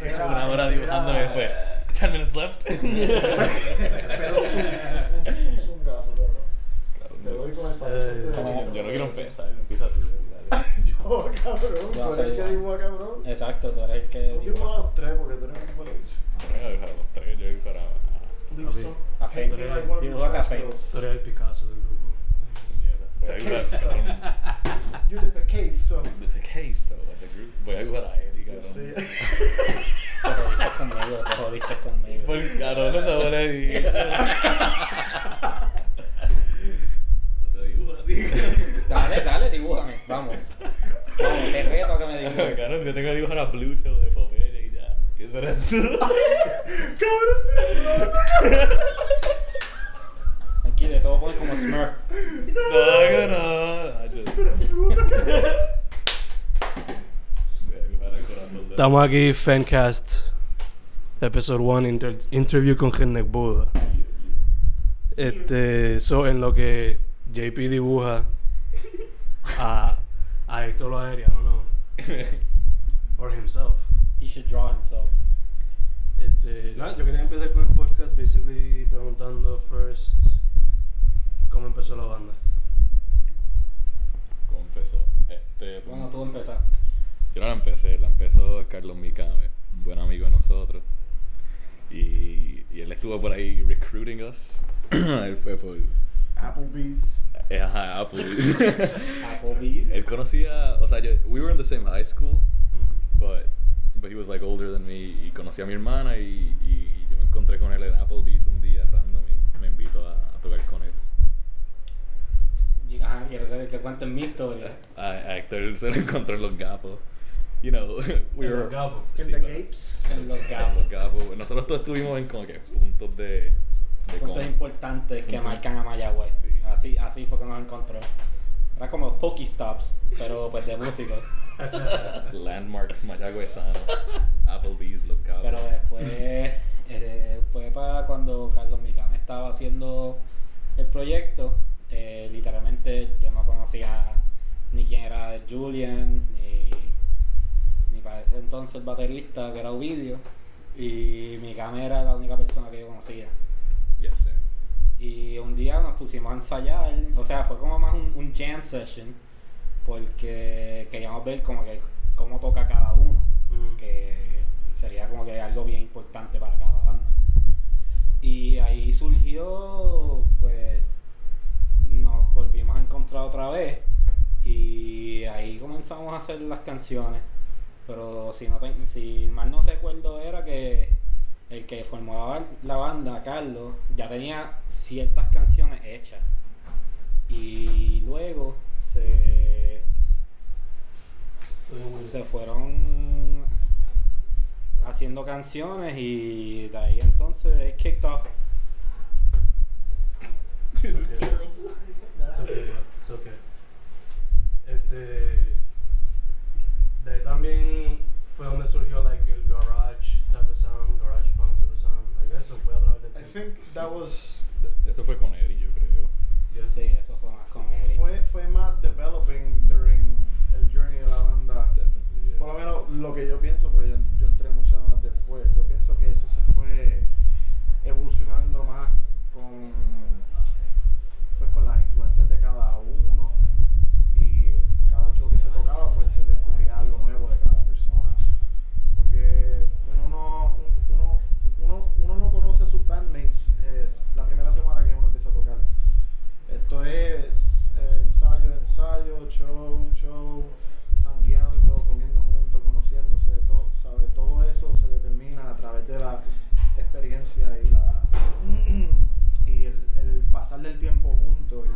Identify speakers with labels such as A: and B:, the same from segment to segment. A: una hora dibujando y fue 10 minutes left.
B: Pero es un, es un gaso, cabrón. Te doy con el
C: Eh,
B: paquete.
A: Como, yo no quiero
B: empezar.
A: empezar, empieza tú. dale.
B: Yo, cabrón.
C: Ya
B: Tú eres
C: sé,
B: el que
C: ya.
B: dibuja, cabrón.
C: Exacto, tú eres el que.
B: Tú dibujas a los tres porque tú eres un buen bicho.
A: Yo voy a dibujar a los tres, yo voy a dibujar a- a-
B: Lipson.
C: Café.
B: Like one of the
C: Dibuja
B: French
C: café.
B: girls.
D: Tú eres el Picasso del grupo.
A: Voy a dibujar
B: You did the case, son.
A: a- de Queso, de Group. Voy a dibujar a Eric,
B: Yo sé.
A: cabrón.
C: Te jodiste conmigo, te jodiste conmigo.
A: Por Pues, cabrón, esa bola de bicho. No te dibujo a ti, cabrón.
C: Dale, dale, dibújame. Vamos. Vamos, te reto a que me dibujes.
A: Cabrón, yo tengo que dibujar a Pluto de Popeye y ya. Y eso era todo.
C: Aquí de todo pones como Smurf.
A: No, que no. Ay, yo- Voy a dibujar el corazón de-
D: Estamos aquí, Fancast. Episode 1, interview con Hennek Buda. Este, so, en lo que JP dibuja a, a Héctor lo aéreo, no, no. Or himself.
C: He should draw himself.
D: Este, nada, yo quería empezar con el podcast basically preguntando first cómo empezó la banda.
A: ¿Cómo empezó? Este,
C: Bueno, tú empezaste.
A: Yo no la empecé, la empezó Carlos Micame, un buen amigo de nosotros. Y, y él estuvo por ahí recruiting us. él fue por
B: Applebee's.
A: eh, ajá, Apple. él
C: Applebee's.
A: conocía, o sea, yo, we were in the same high school,
D: Mm.
A: but, but he was like older than me y conocía a mi hermana y, y yo me encontré con él en Applebee's un día random y me invitó a, a tocar con él.
C: Y- Ajá, quiero que te cuenten mi historia.
A: A, a Héctor se lo encontró en los gapos. You know, we
D: En
A: were
D: Los Gapos.
B: In
A: Sí,
B: the
A: claro.
B: Gapes.
C: En los
A: Gapo,
C: gatos.
A: Gapo. Nosotros todos estuvimos en como que puntos de. de
C: Puntos
A: coma.
C: importantes que
A: Puntos.
C: marcan a Mayagüez.
A: Sí.
C: Así, así fue que nos encontró. Era como Pokestops, pero pues de músicos.
A: Landmarks Mayagüezano. Applebee's, Los Gapos.
C: Pero después eh, fue para cuando Carlos Micame estaba haciendo el proyecto. eh, literalmente yo no conocía ni quién era Julian, ni, ni para ese entonces el baterista que era Ovidio. Y Micame era la única persona que yo conocía.
A: Yes, sir.
C: Y un día nos pusimos a ensayar, o sea, fue como más un, un jam session, porque queríamos ver como que cómo toca cada uno,
D: Mm.
C: que sería como que algo bien importante para cada banda. Y ahí surgió, pues, nos volvimos a encontrar otra vez y ahí comenzamos a hacer las canciones. Pero si, no ten- si mal no recuerdo era que el que formó la, ba- la banda, Carlos, ya tenía ciertas canciones hechas. Y luego se, se fueron haciendo canciones y de ahí entonces it kicked off.
A: This is terrible.
D: It's okay, bro. It's okay. Este. De ahí también fue donde surgió like, el garage type of sound, garage punk type of sound. I guess eso fue a través del
B: I
D: tiempo.
B: think that was.
A: Eso fue con Eri, yo creo.
D: Yeah.
C: Sí, eso fue más con Eric.
B: Fue, fue más developing during el journey de la banda.
A: Definitely. yeah.
B: Por lo menos lo que yo pienso, porque yo, yo entré mucho más después, yo pienso que eso se fue evolucionando más con, pues, con las influencias de cada uno y cada show que se tocaba, pues se descubría algo nuevo de cada persona. Porque uno no, uno, uno, uno no conoce a sus bandmates eh, la primera semana que uno empieza a tocar. Esto es eh, ensayo, ensayo, show, show, jangueando, comiendo juntos, conociéndose, todo, ¿sabe? todo eso se determina a través de la experiencia y, la, y el, el pasar del tiempo juntos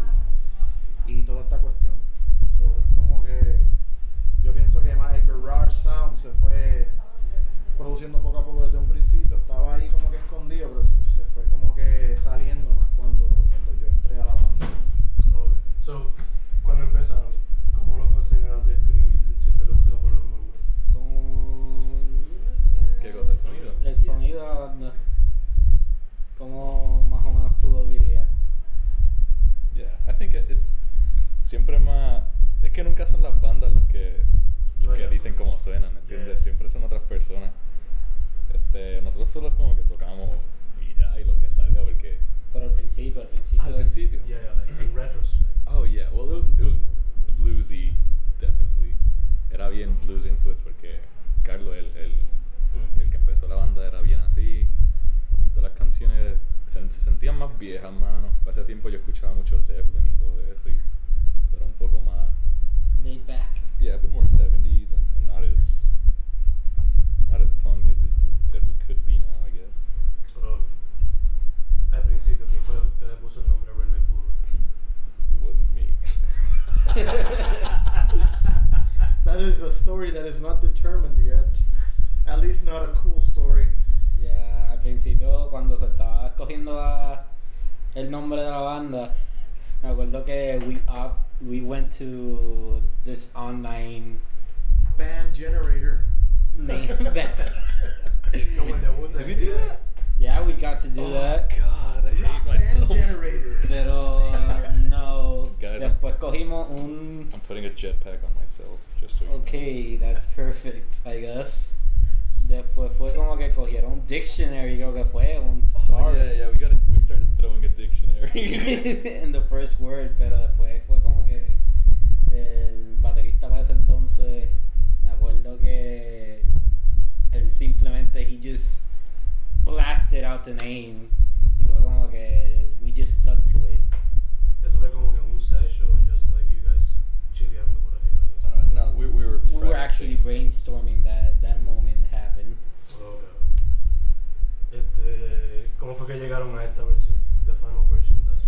B: y, y toda esta cuestión. So, es como que yo pienso que más el garage sound se fue produciendo poco a poco desde un principio, estaba ahí como que escondido, pero se, se fue como que saliendo más cuando, cuando yo entré a la banda.
D: Obvio. So, cuando empezaron, ¿cómo lo fuesen a describir? Si ustedes lo pusieron por el nombre.
C: Con-
A: ¿Qué cosa, el sonido?
C: El sonido de la banda. Como más o menos tú lo dirías.
A: Yeah, I think it- it's siempre más. Es que nunca son las bandas los que, los que
D: Vaya.
A: dicen cómo suenan, ¿entiendes?
D: Yeah.
A: Siempre son otras Este, solo es como que tocamos y ya, y lo que salga, porque.
C: Pero al principio, al principio.
A: Al principio.
D: Yeah, yeah, like in retrospect.
A: Oh yeah, well it was it was bluesy, definitely. Era bien blues influence porque Carlos el, el,
D: Mm.
A: el que empezó la banda era bien así y todas las canciones se, se sentían más viejas, mano. Hace tiempo yo escuchaba mucho Zeppelin y todo eso y era un poco más
C: Laid back.
A: yeah, a bit more 70s and, and not as not as punk as it as it could be now, I guess.
D: Pero al principio, ¿quién fue que le puso el nombre a Redneck Bull?
A: Wasn't me.
B: That is a story that is not determined yet. At least not a cool story.
C: Ya al principio, cuando se estaba escogiendo la- el nombre de la banda, me acuerdo que we up, we went to this online
B: Band generator.
C: name. that-
D: Como el de Wu-Tang.
A: Did we do that?
C: yeah, we got to do that.
A: Oh, God, I hate myself. um,
C: Pero no.
A: Guys, I'm-
C: Después cogimos un.
A: I'm putting a jetpack on myself just so you know.
C: Okay, that's perfect, I guess. Después fue como que cogieron un dictionary, creo que fue, un
A: Oh, yeah,
C: thesaurus.
A: yeah, we got it. We started throwing a dictionary.
C: in the first word, pero después fue como que el baterista para ese entonces, me acuerdo que él simplemente, he just blasted out the name. Y fue como que we just stuck to it.
D: Eso fue como que un sesh o just like you guys chileando por ahí.
A: uh,
B: Ah,
D: ¿verdad?
A: no, we, we were.
C: We were actually brainstorming that that moment happened.
D: Pero, claro. Este, ¿Cómo fue que llegaron a esta versión? The final version, that's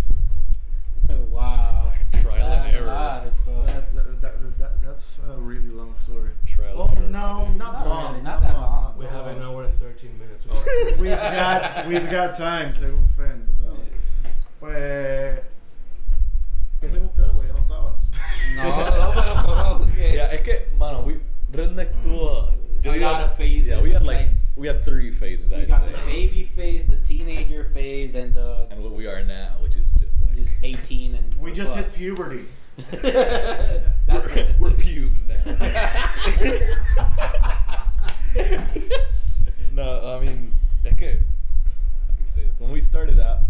D: right.
C: wow.
A: Trial and
C: That's
A: error.
C: a lot, so-
B: That's, that, that, that, that's a really long story.
A: Trial
B: Oh,
A: and error.
B: no, not
C: Not
B: long.
C: really, not that long.
B: not
D: We have an
B: long.
D: hour and 13 minutes.
B: Oh, we've got we've got time, según Fen. o sea. Pues piensen ustedes, porque yo no estaba.
C: No, no, pero fue como que-
A: Yeah, es que, mano, we. Redneck tuvo. yo
C: A
A: diría-
C: lot of phases,
A: Yeah, we had
C: it's
A: like,
C: like-
A: we had three phases,
C: We
A: I'd
C: got
A: say.
C: the baby phase, the teenager phase, and the
A: And what we are now, which is just like.
C: just 18 and
B: We just hit
C: plus.
B: puberty.
C: That's
A: we're, we're pubes now. no, I mean, es que. How do you say this? When we started out.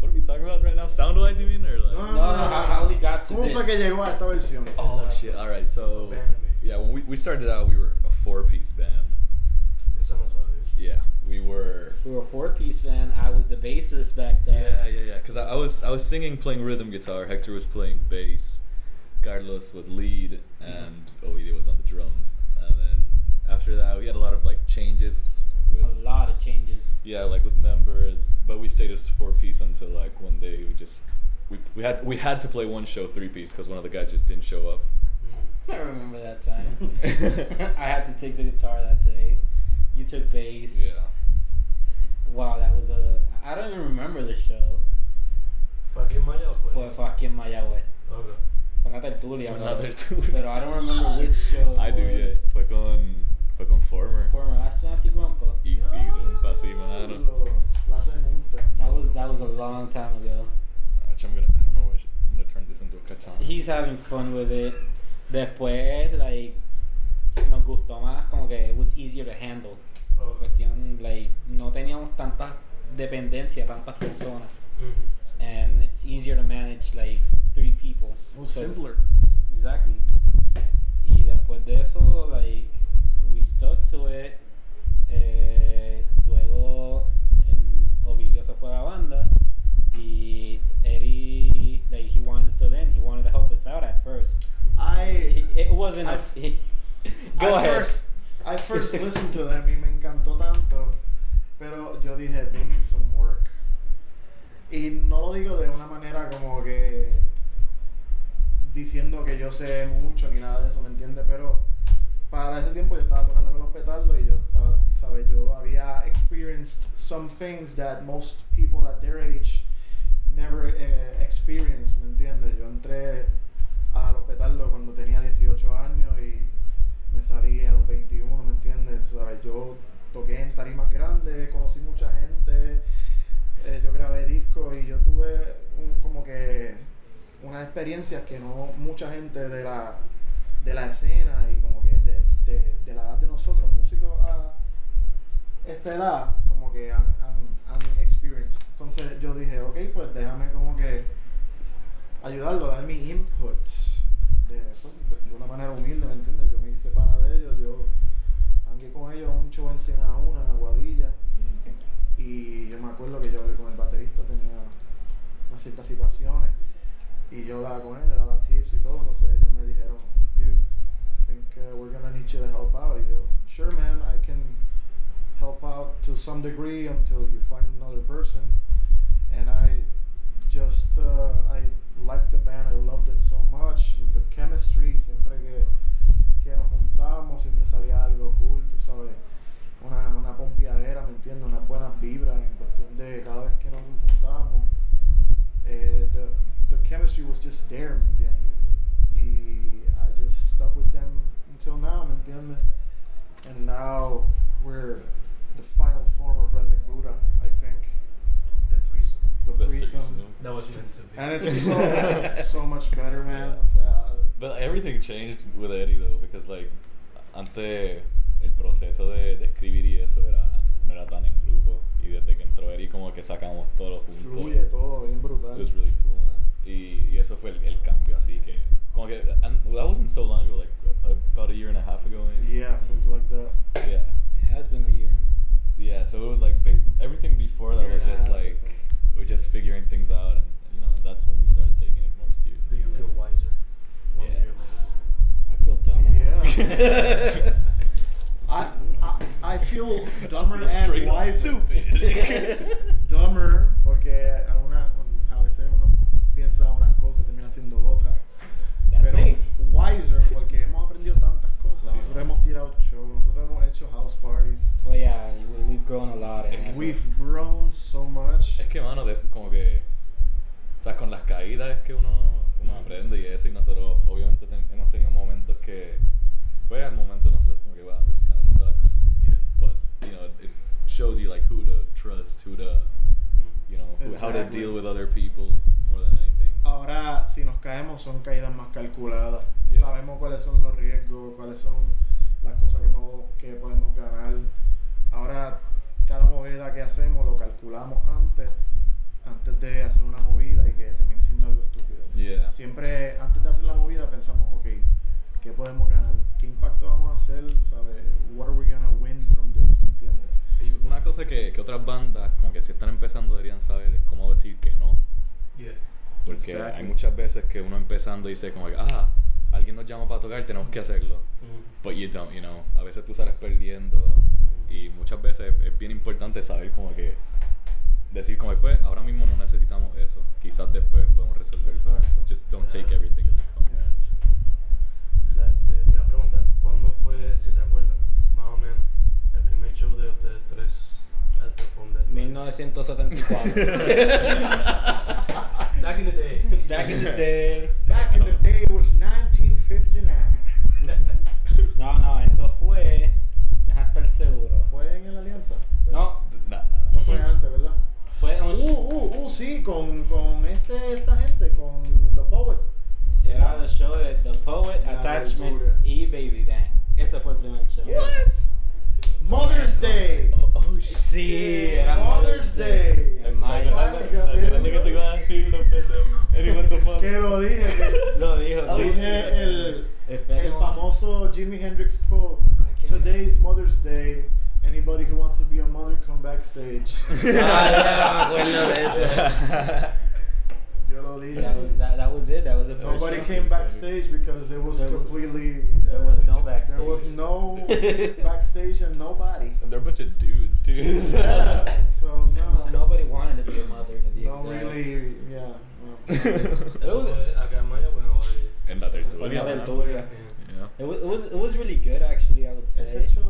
A: What are we talking about right now? Sound wise, you mean? Or like.
C: no, how- how we got to
B: ¿Cómo fue
C: this?
B: que llegó a esta versión?
A: Oh
D: Exacto.
A: shit! All right, so
D: Band mates.
A: yeah, when we, we started out, we were a four-piece band.
D: Eso no sabes.
A: Yeah, we were.
C: We were a four piece band. I was the bassist back then.
A: Yeah, yeah, yeah. Because I, I was I was singing, playing rhythm guitar. Hector was playing bass. Carlos was lead, and Oviedo was on the drums. And then after that, we had a lot of like changes. With,
C: A lot of changes.
A: Yeah, like with members, but we stayed as four-piece until like one day we just we, we had we had to play one show three-piece because one of the guys just didn't show up.
D: Mm.
C: I remember that time. I had to take the guitar that day. You took bass.
A: Yeah.
C: Wow, that was a. I don't even remember the show.
D: ¿Fue aquí en Maya o fue?
C: Fue fucking Mayagüez.
D: Ok.
C: Fue una tertulia.
A: Fue
C: bro.
A: una tertulia.
C: But I don't remember which show.
A: I
C: it
A: do, yeah.
C: was.
A: Fue con, fue con Former.
C: Former astronaut y grandpa.
A: Y, y un pase y mano.
B: Lo hacen juntas.
C: That was that was a long time ago.
A: Actually, ah, I'm gonna, I don't know, why I should, I'm gonna turn this into a katana.
C: He's having fun with it. Después, like, nos gustó más, como que it was easier to handle.
D: Ok.
C: Cuestión, like, no teníamos tantas dependencias, tantas personas.
D: Mhm.
C: And it's easier to manage, like, three people.
B: It was
C: So-
B: simpler.
C: Exactly. Y después de eso, like, we stuck to it. Eh, luego, el Ovidio se fue a la banda. Y Eddie, like, he wanted to fill in. He wanted to help us out at first.
B: I,
C: It, it wasn't a.
B: I-
C: go
B: I
C: ahead.
B: First, I first listened to them y me encantó tanto, pero yo dije, they need some work. Y no lo digo de una manera como que diciendo que yo sé mucho ni nada de eso, ¿me entiendes? Pero para ese tiempo yo estaba tocando con los petardos y yo estaba, ¿sabes? Yo había experienced some things that most people at their age never eh, experienced, ¿me entiendes? Yo entré a los petardos cuando tenía 18 años y me salí a los 21, ¿me entiendes? ¿Sabes? Yo toqué en tarimas grandes, conocí mucha gente, eh, yo grabé discos y yo tuve un, como que unas experiencias que no mucha gente de la, de la escena y como que de, de- de la edad de nosotros, músicos a esta edad, como como que han, han, han experienced. Entonces yo dije, ok, pues déjame como que ayudarlo, dar mi input de, pues, de- de una manera humilde, ¿me entiendes? Yo me hice pana de ellos, yo hangué con ellos un show en Cena 1 en Aguadilla y yo me acuerdo que yo hablé con el baterista, tenía unas ciertas situaciones y yo hablaba con él, le daba tips y todo, no sé, ellos me dijeron, dude, I think uh, we're gonna need you to help out. Y yo, sure man, I can help out to some degree until you find another person. And I just, uh, I liked the band, I loved it so much, the chemistry, siempre que, que nos juntamos, siempre salía algo cool, tú sabes, una, una pompeadera, ¿me entiendes? Unas buenas vibras en cuestión de cada vez que nos juntamos, eh, the, the chemistry was just there, ¿me entiendes? Y I just stuck with them until now, ¿me entiendes? And now we're the final form of Redneck Buddha, I think.
D: The threesome.
B: The,
A: The
B: threesome.
A: threesome.
D: That was meant to be.
B: And it's so, so much better, man. O sea,
A: But uh, everything changed with Eddie though, because like antes el proceso de, de escribir y eso era no era tan en grupo y desde que entró Eddie como que sacamos todos juntos.
B: fluye todo bien brutal.
A: It was really cool, man. Y, y eso fue el, el cambio así que como que and that wasn't so long ago, like a- about a year and a half ago maybe.
B: Yeah, something like that.
A: Yeah.
C: It has been a year.
A: Yeah, so it was like big, everything before that
B: Year
A: was
B: and a
A: just
B: half, I
A: like
B: think.
A: we're just figuring things out and you know, that's when we started taking it more
D: Do
A: seriously.
D: you feel wiser? One year
A: Yes.
C: I feel dumb.
B: Yeah. I, I, I feel dumber
A: You're straight
B: and
A: up
B: wiser.
A: stupid.
B: dumber porque a, una- a veces uno piensa una cosa termina haciendo otra.
C: That's
B: Pero
C: me.
B: wiser porque hemos aprendido tantas cosas.
A: Sí.
B: Nosotros hemos tirado show, nosotros hemos hecho house parties.
C: Well, yeah, we, we've grown a lot.
A: Es
C: And
A: que
C: that's-
B: We've grown so much.
A: Es que, mano, de- como que. O sea, con las caídas es que uno, uno aprende y eso. Y nosotros, obviamente, ten- hemos tenido momentos que. Pues al momento nosotros, como que, wow, this kind of sucks.
D: Yeah.
A: But, you know, it, it shows you, like, who to trust, who to.
D: Mm-hmm.
A: You know, who- how to
B: Exactly. Ah.
A: deal with other people more than anything.
B: Ahora, si nos caemos, son caídas más calculadas.
A: Yeah.
B: Sabemos cuáles son los riesgos, cuáles son las cosas que, no- que podemos ganar. Ahora, cada movida que hacemos lo calculamos antes, antes de hacer una movida y que termine siendo algo estúpido.
A: Yeah.
B: Siempre, antes de hacer la movida, pensamos, ok, ¿qué podemos ganar? ¿Qué impacto vamos a hacer? ¿Sabes? What are we gonna win from this? ¿Me entiendes?
A: Y una cosa que, que otras bandas, como que si están empezando, deberían saber es cómo decir que no.
D: Yeah.
A: Porque
B: Exacto.
A: hay muchas veces que uno empezando dice, como que, ah, alguien nos llama para tocar, tenemos que hacerlo. But you don't, you know. A veces tú sales perdiendo. Y muchas veces es bien importante saber como que... Decir como que, pues, ahora mismo no necesitamos eso. Quizás después podemos resolverlo.
B: Exacto.
A: Just don't take everything as it comes.
B: Yeah.
D: La, te, te iba a preguntar, ¿cuándo fue, si se acuerdan, más o menos, el primer show de ustedes tres as the From Dead? Band?
C: 1974.
D: Back in the day.
C: Back in the day.
B: Back in the day it was 1959.
C: No, no, eso fue. Deja estar seguro. Fue,
B: ¿Fue en la alianza?
C: no,
A: Nah, nah,
B: No
A: nah.
B: fue antes, ¿verdad?
C: fue
B: Uh,
C: un.
B: uh, uh, sí, con, con este, esta gente, con The Poet.
C: Era el show de The Poet,
B: La
C: Attachment
B: aventura.
C: y Baby Bang. Ese fue el primer show.
B: Yes. Mother's Day.
A: Oh, oh, shit.
C: Sí, era
B: Mother's Day.
C: En mayo.
B: Ay,
A: ¿Te acuerdas de que te iba a decir, López, de Anyone to fuck?
B: Que lo dije. que-
C: Lo dijo.
B: lo dije el, el
C: fenómeno.
B: famoso Jimi Hendrix quote. Today is Mother's Day. Anybody who wants to be a mother, come backstage.
C: Ah, ya, me acuerdo de eso.
B: Yo lo dije.
C: That was, that, that was it. That was the first
B: Nobody
C: show.
B: came backstage because it was
C: There was-
B: completely.
C: there was no
B: There was
C: backstage.
B: no backstage and nobody.
A: They're a bunch of dudes, too.
B: Yeah, so no,
C: No, nobody wanted to be a mother, to be
B: no
C: exact.
B: really, yeah.
D: Eso fue acá en Maya, bueno, eh, ahí.
A: Another
D: Fue
A: dude.
C: Una
D: bien
C: aventura.
A: You know?
C: It was, it was it was really good actually. I would say.
B: Ese show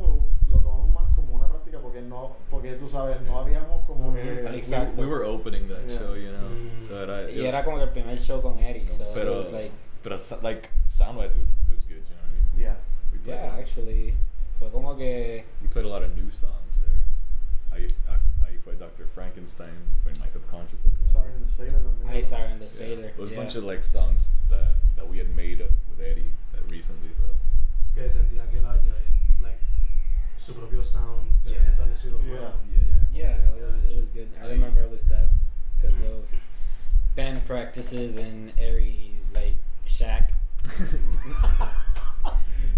B: lo tomamos más como una práctica porque no, porque tú sabes, no habíamos como que.
C: Ujú,
A: We,
C: exacto.
A: we were opening that
B: Yeah.
A: show, you know.
D: Mm.
A: So era,
C: Y era como que el primer show con Eddie, so it
A: pero,
C: was like,
A: pero so- like sound wise, it was, it was good. You know what I mean?
B: Yeah.
A: We played,
C: yeah, actually, fue como que,
A: we played a lot of new songs there. I I, I played Dr. Frankenstein, played My Subconscious. Would be on
B: Sorry,
A: it.
B: the sailor también.
C: I Ice Iron the
A: Yeah.
C: Sailor.
A: It was
C: yeah.
A: a bunch of like songs that that we had made up with Eddie that recently. So
D: Que sentía que era ya, like, su propio sound, que
C: Yeah.
D: había establecido.
B: Yeah.
A: yeah, yeah.
C: Yeah, good. I
A: I-
C: remember it was deaf because of band practices and Aries like shack.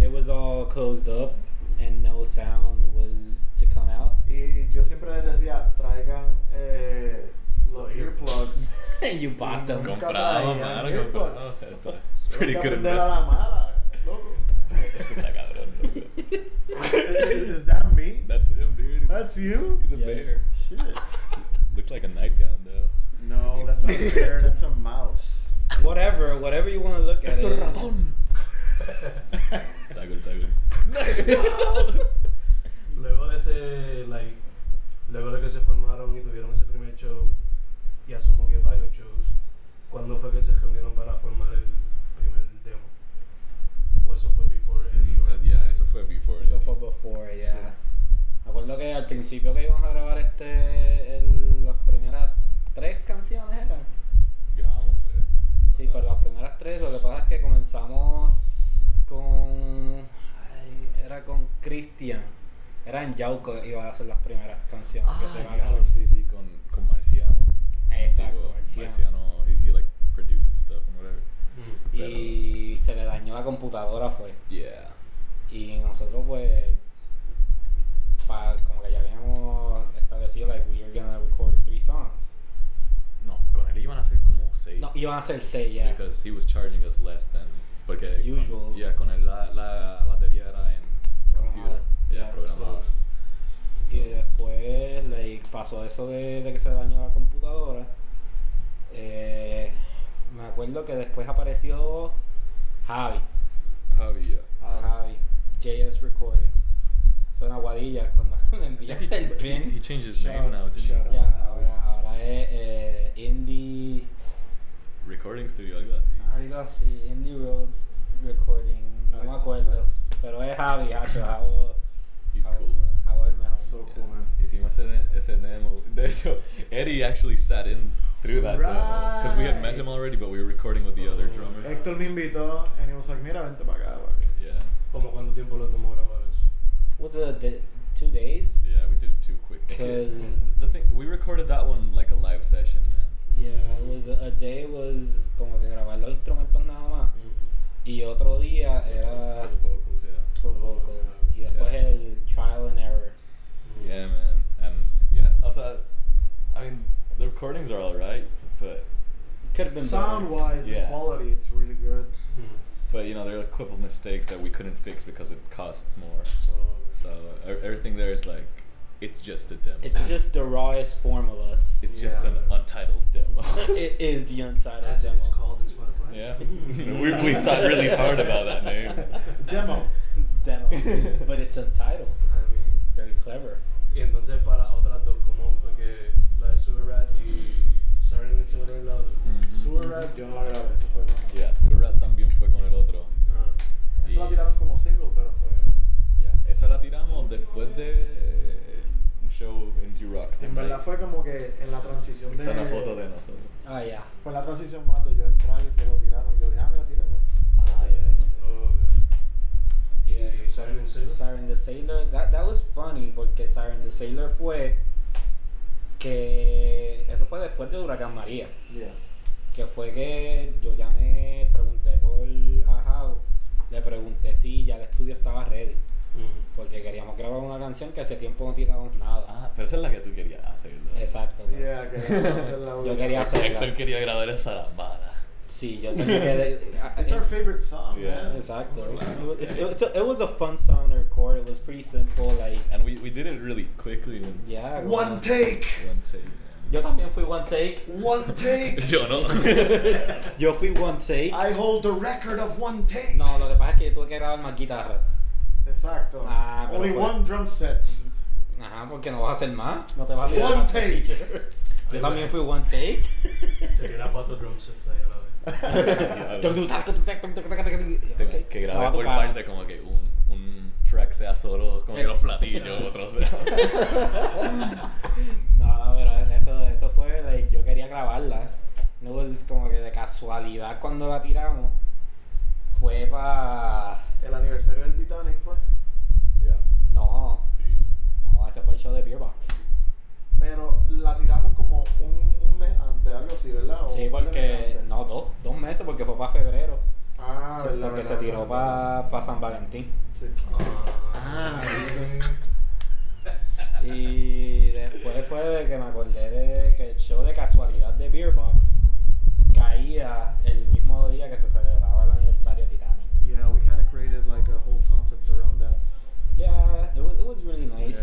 C: it was all closed up and no sound was to come out.
B: Y yo siempre les decía, traigan eh, los earplugs.
C: you bought them.
B: Nunca
A: Comprado,
B: traía
A: mano,
B: AirPods.
A: comprado. It's, a- it's pretty
B: Hay que
A: good
B: aprender a la
A: investment.
B: mala, loco.
A: Eso está cabrón, loco.
B: is, is that me?
A: That's him, dude.
B: That's you?
A: He's a
C: Yes.
A: bear.
B: Shit.
A: Looks like a nightgown, though.
B: No, that's not fair. That's a mouse.
C: Whatever, whatever you want to look at it.
A: Está good, está good.
D: Luego de ese, like, luego de que se formaron y tuvieron ese primer show, y asumo que varios shows, ¿cuándo fue que se reunieron para formar el primer demo? ¿O eso fue before Eddie?
A: Uh,
D: or-
A: yeah, eso fue before.
C: Eso fue before, ya. Me acuerdo que al principio que íbamos a grabar este, el- las primeras tres canciones eran.
A: Grabamos tres.
C: Sí, pero las primeras tres, lo que pasa es que comenzamos con. ay, era con Cristian. Era en Yauco que iba a hacer las primeras canciones. que se
A: Ah,
C: iban a
A: diablo,
C: grabar.
A: sí, sí, con, con Marciano.
C: Exacto,
A: Digo,
C: Marciano.
A: Marciano, he, he like produces stuff and whatever.
D: Mm.
C: Y se le dañó la computadora, fue.
A: Yeah.
C: Y nosotros, pues. pa- como que ya habíamos establecido, like, we were gonna record three songs.
A: No, con él iban a ser como seis.
C: No, iban a ser seis, ya.
A: Because he was charging us less than. Porque
C: Usual.
A: Con, yeah, con él la, la batería era en computer.
C: Programada.
A: Yeah,
C: Yeah.
A: programada.
C: Y después like, pasó eso de, de que se dañó la computadora. Eh, me acuerdo que después apareció Javi.
A: Javi, yeah.
C: Javi. JS Recording. Son aguadillas cuando me envían el
A: But he, he
C: pin.
A: changed his
B: Shout
A: name
B: out,
A: now, didn't
B: shout
A: he?
B: out.
C: Ya, ahora, ahora es eh, Indie.
A: Recording studio, algo así.
C: Algo así, Indie Roads Recording. No me acuerdo. Pero es Javi, Hacho. Javo,
A: He's
C: Javo-
A: cool, man.
C: Javo es el mejor.
B: So
A: Yeah.
B: cool, man.
A: Hicimos ese, ese demo. De hecho, Eddie actually sat in through that demo. Because we had met
B: Right. Oh.
A: him already, but we were recording with the other drummer.
B: Héctor me invitó and he was like, mira, vente para acá. güey."
A: Yeah.
D: ¿Cómo cuánto tiempo lo tomó grabar eso?
C: Was it a day- two days?
A: Yeah, we did it too quick.
C: 'Cause-
A: the thing we recorded that one like a live session, man.
C: Yeah, it was a day was como que grabar los instrumentos nada más
D: Mm.
C: y otro día
A: That's for
C: era
A: the vocals, yeah.
C: for vocals y después
A: Yeah.
C: el trial and error.
D: Mm.
A: Yeah, man. And yeah, also, I mean, the recordings are all right, but
C: Could have been
B: Sound
C: better.
B: wise
A: Yeah. Mm-hmm.
B: and quality, it's really good.
D: Mm.
A: but you know there are a couple mistakes that we couldn't fix because it costs more.
D: So,
A: So er- everything there is like, it's just a demo.
C: It's just the rawest form of us.
A: It's just an untitled demo.
C: it is the untitled
D: as
C: demo.
D: it's called in Spotify.
A: Yeah. we, we thought really hard about that name.
B: Demo.
C: Demo, but it's untitled.
D: I mean,
C: Very clever.
D: Y entonces para otras dos, ¿cómo fue que la de Super Rat y Saturday se volvieron la otra?
C: Mm-hmm.
A: Mhm.
B: Sewer Rat, yo no la grabé, eso fue como.
A: Yeah, Surrat también fue con el otro.
D: Ah,
B: Eso la
A: Y-
B: tiraron como single, pero fue.
A: Ya, esa la tiramos después de un show en T-Rock.
B: En verdad fue como que en la transición de.
A: Esa es la foto de nosotros.
C: Ah, yeah.
B: Fue la transición más de yo entrar y que lo tiraron. Yo dije, ah, mira, tíralo.
A: Ah, ya.
D: ok. ¿Y Saturday Sailor?
C: Siren the Sailor, that, that was funny porque Siren the Sailor fue que eso fue después de Huracán María.
B: Yeah.
C: que fue que yo llamé, pregunté por a Jao, le pregunté si ya el estudio estaba ready,
D: Mm.
C: porque queríamos grabar una canción que hace tiempo no tirábamos nada.
A: Ah, pero esa es la que tú querías hacer, ¿no?
C: Exacto.
B: Yeah, que hacer la
C: Yo quería hacer-
A: Héctor quería grabar esa la vara.
C: Sí, yo tenía que... de- a- a-
B: It's our favorite song,
A: Yeah.
B: man.
C: Exacto.
B: Claro.
C: It, it- it's a- it was a fun song to record, it was pretty simple, like...
A: And we, we did it really quickly in
C: Yeah. como-
B: One take.
A: one take.
C: Yo también fui one take.
B: One take.
A: Yo no.
C: yo fui one take.
B: I hold the record of one take.
C: No, lo que pasa es que yo tuve que grabar más guitarra.
B: Exacto.
C: Ah, pero
B: Only
C: fue- Mm-hmm.
B: one drum set.
C: Ajá, porque no vas a hacer más. No te vas a
B: One
C: más,
B: take.
C: teacher. Yo también fui one take.
D: Se queda cuatro drum sets ahí a la vez.
A: Tengo que grabar por parte como que un, un track sea solo
B: Eh.
A: como que los platillos, otro sea.
C: No, pero eso, eso fue, like, yo quería grabarla. No pues, es como que de casualidad cuando la tiramos. Fue para.
B: El aniversario del Titanic fue.
A: Yeah.
C: No,
A: Sí.
C: no, ese fue el show de Beerbox.
B: Pero la
C: porque. No, dos, dos meses porque fue para febrero.
B: Ah,
C: Sí,
B: verdad,
C: porque
B: verdad,
C: se tiró
B: verdad.
C: para San Valentín.
B: Sí.
D: Ah,
C: Y después fue de que me acordé de que el show de casualidad de Beerbox caía el mismo día que se celebraba el aniversario de Titanic.
B: Yeah, we kind of created like a whole concept around that.
C: Yeah, it was, it was really nice.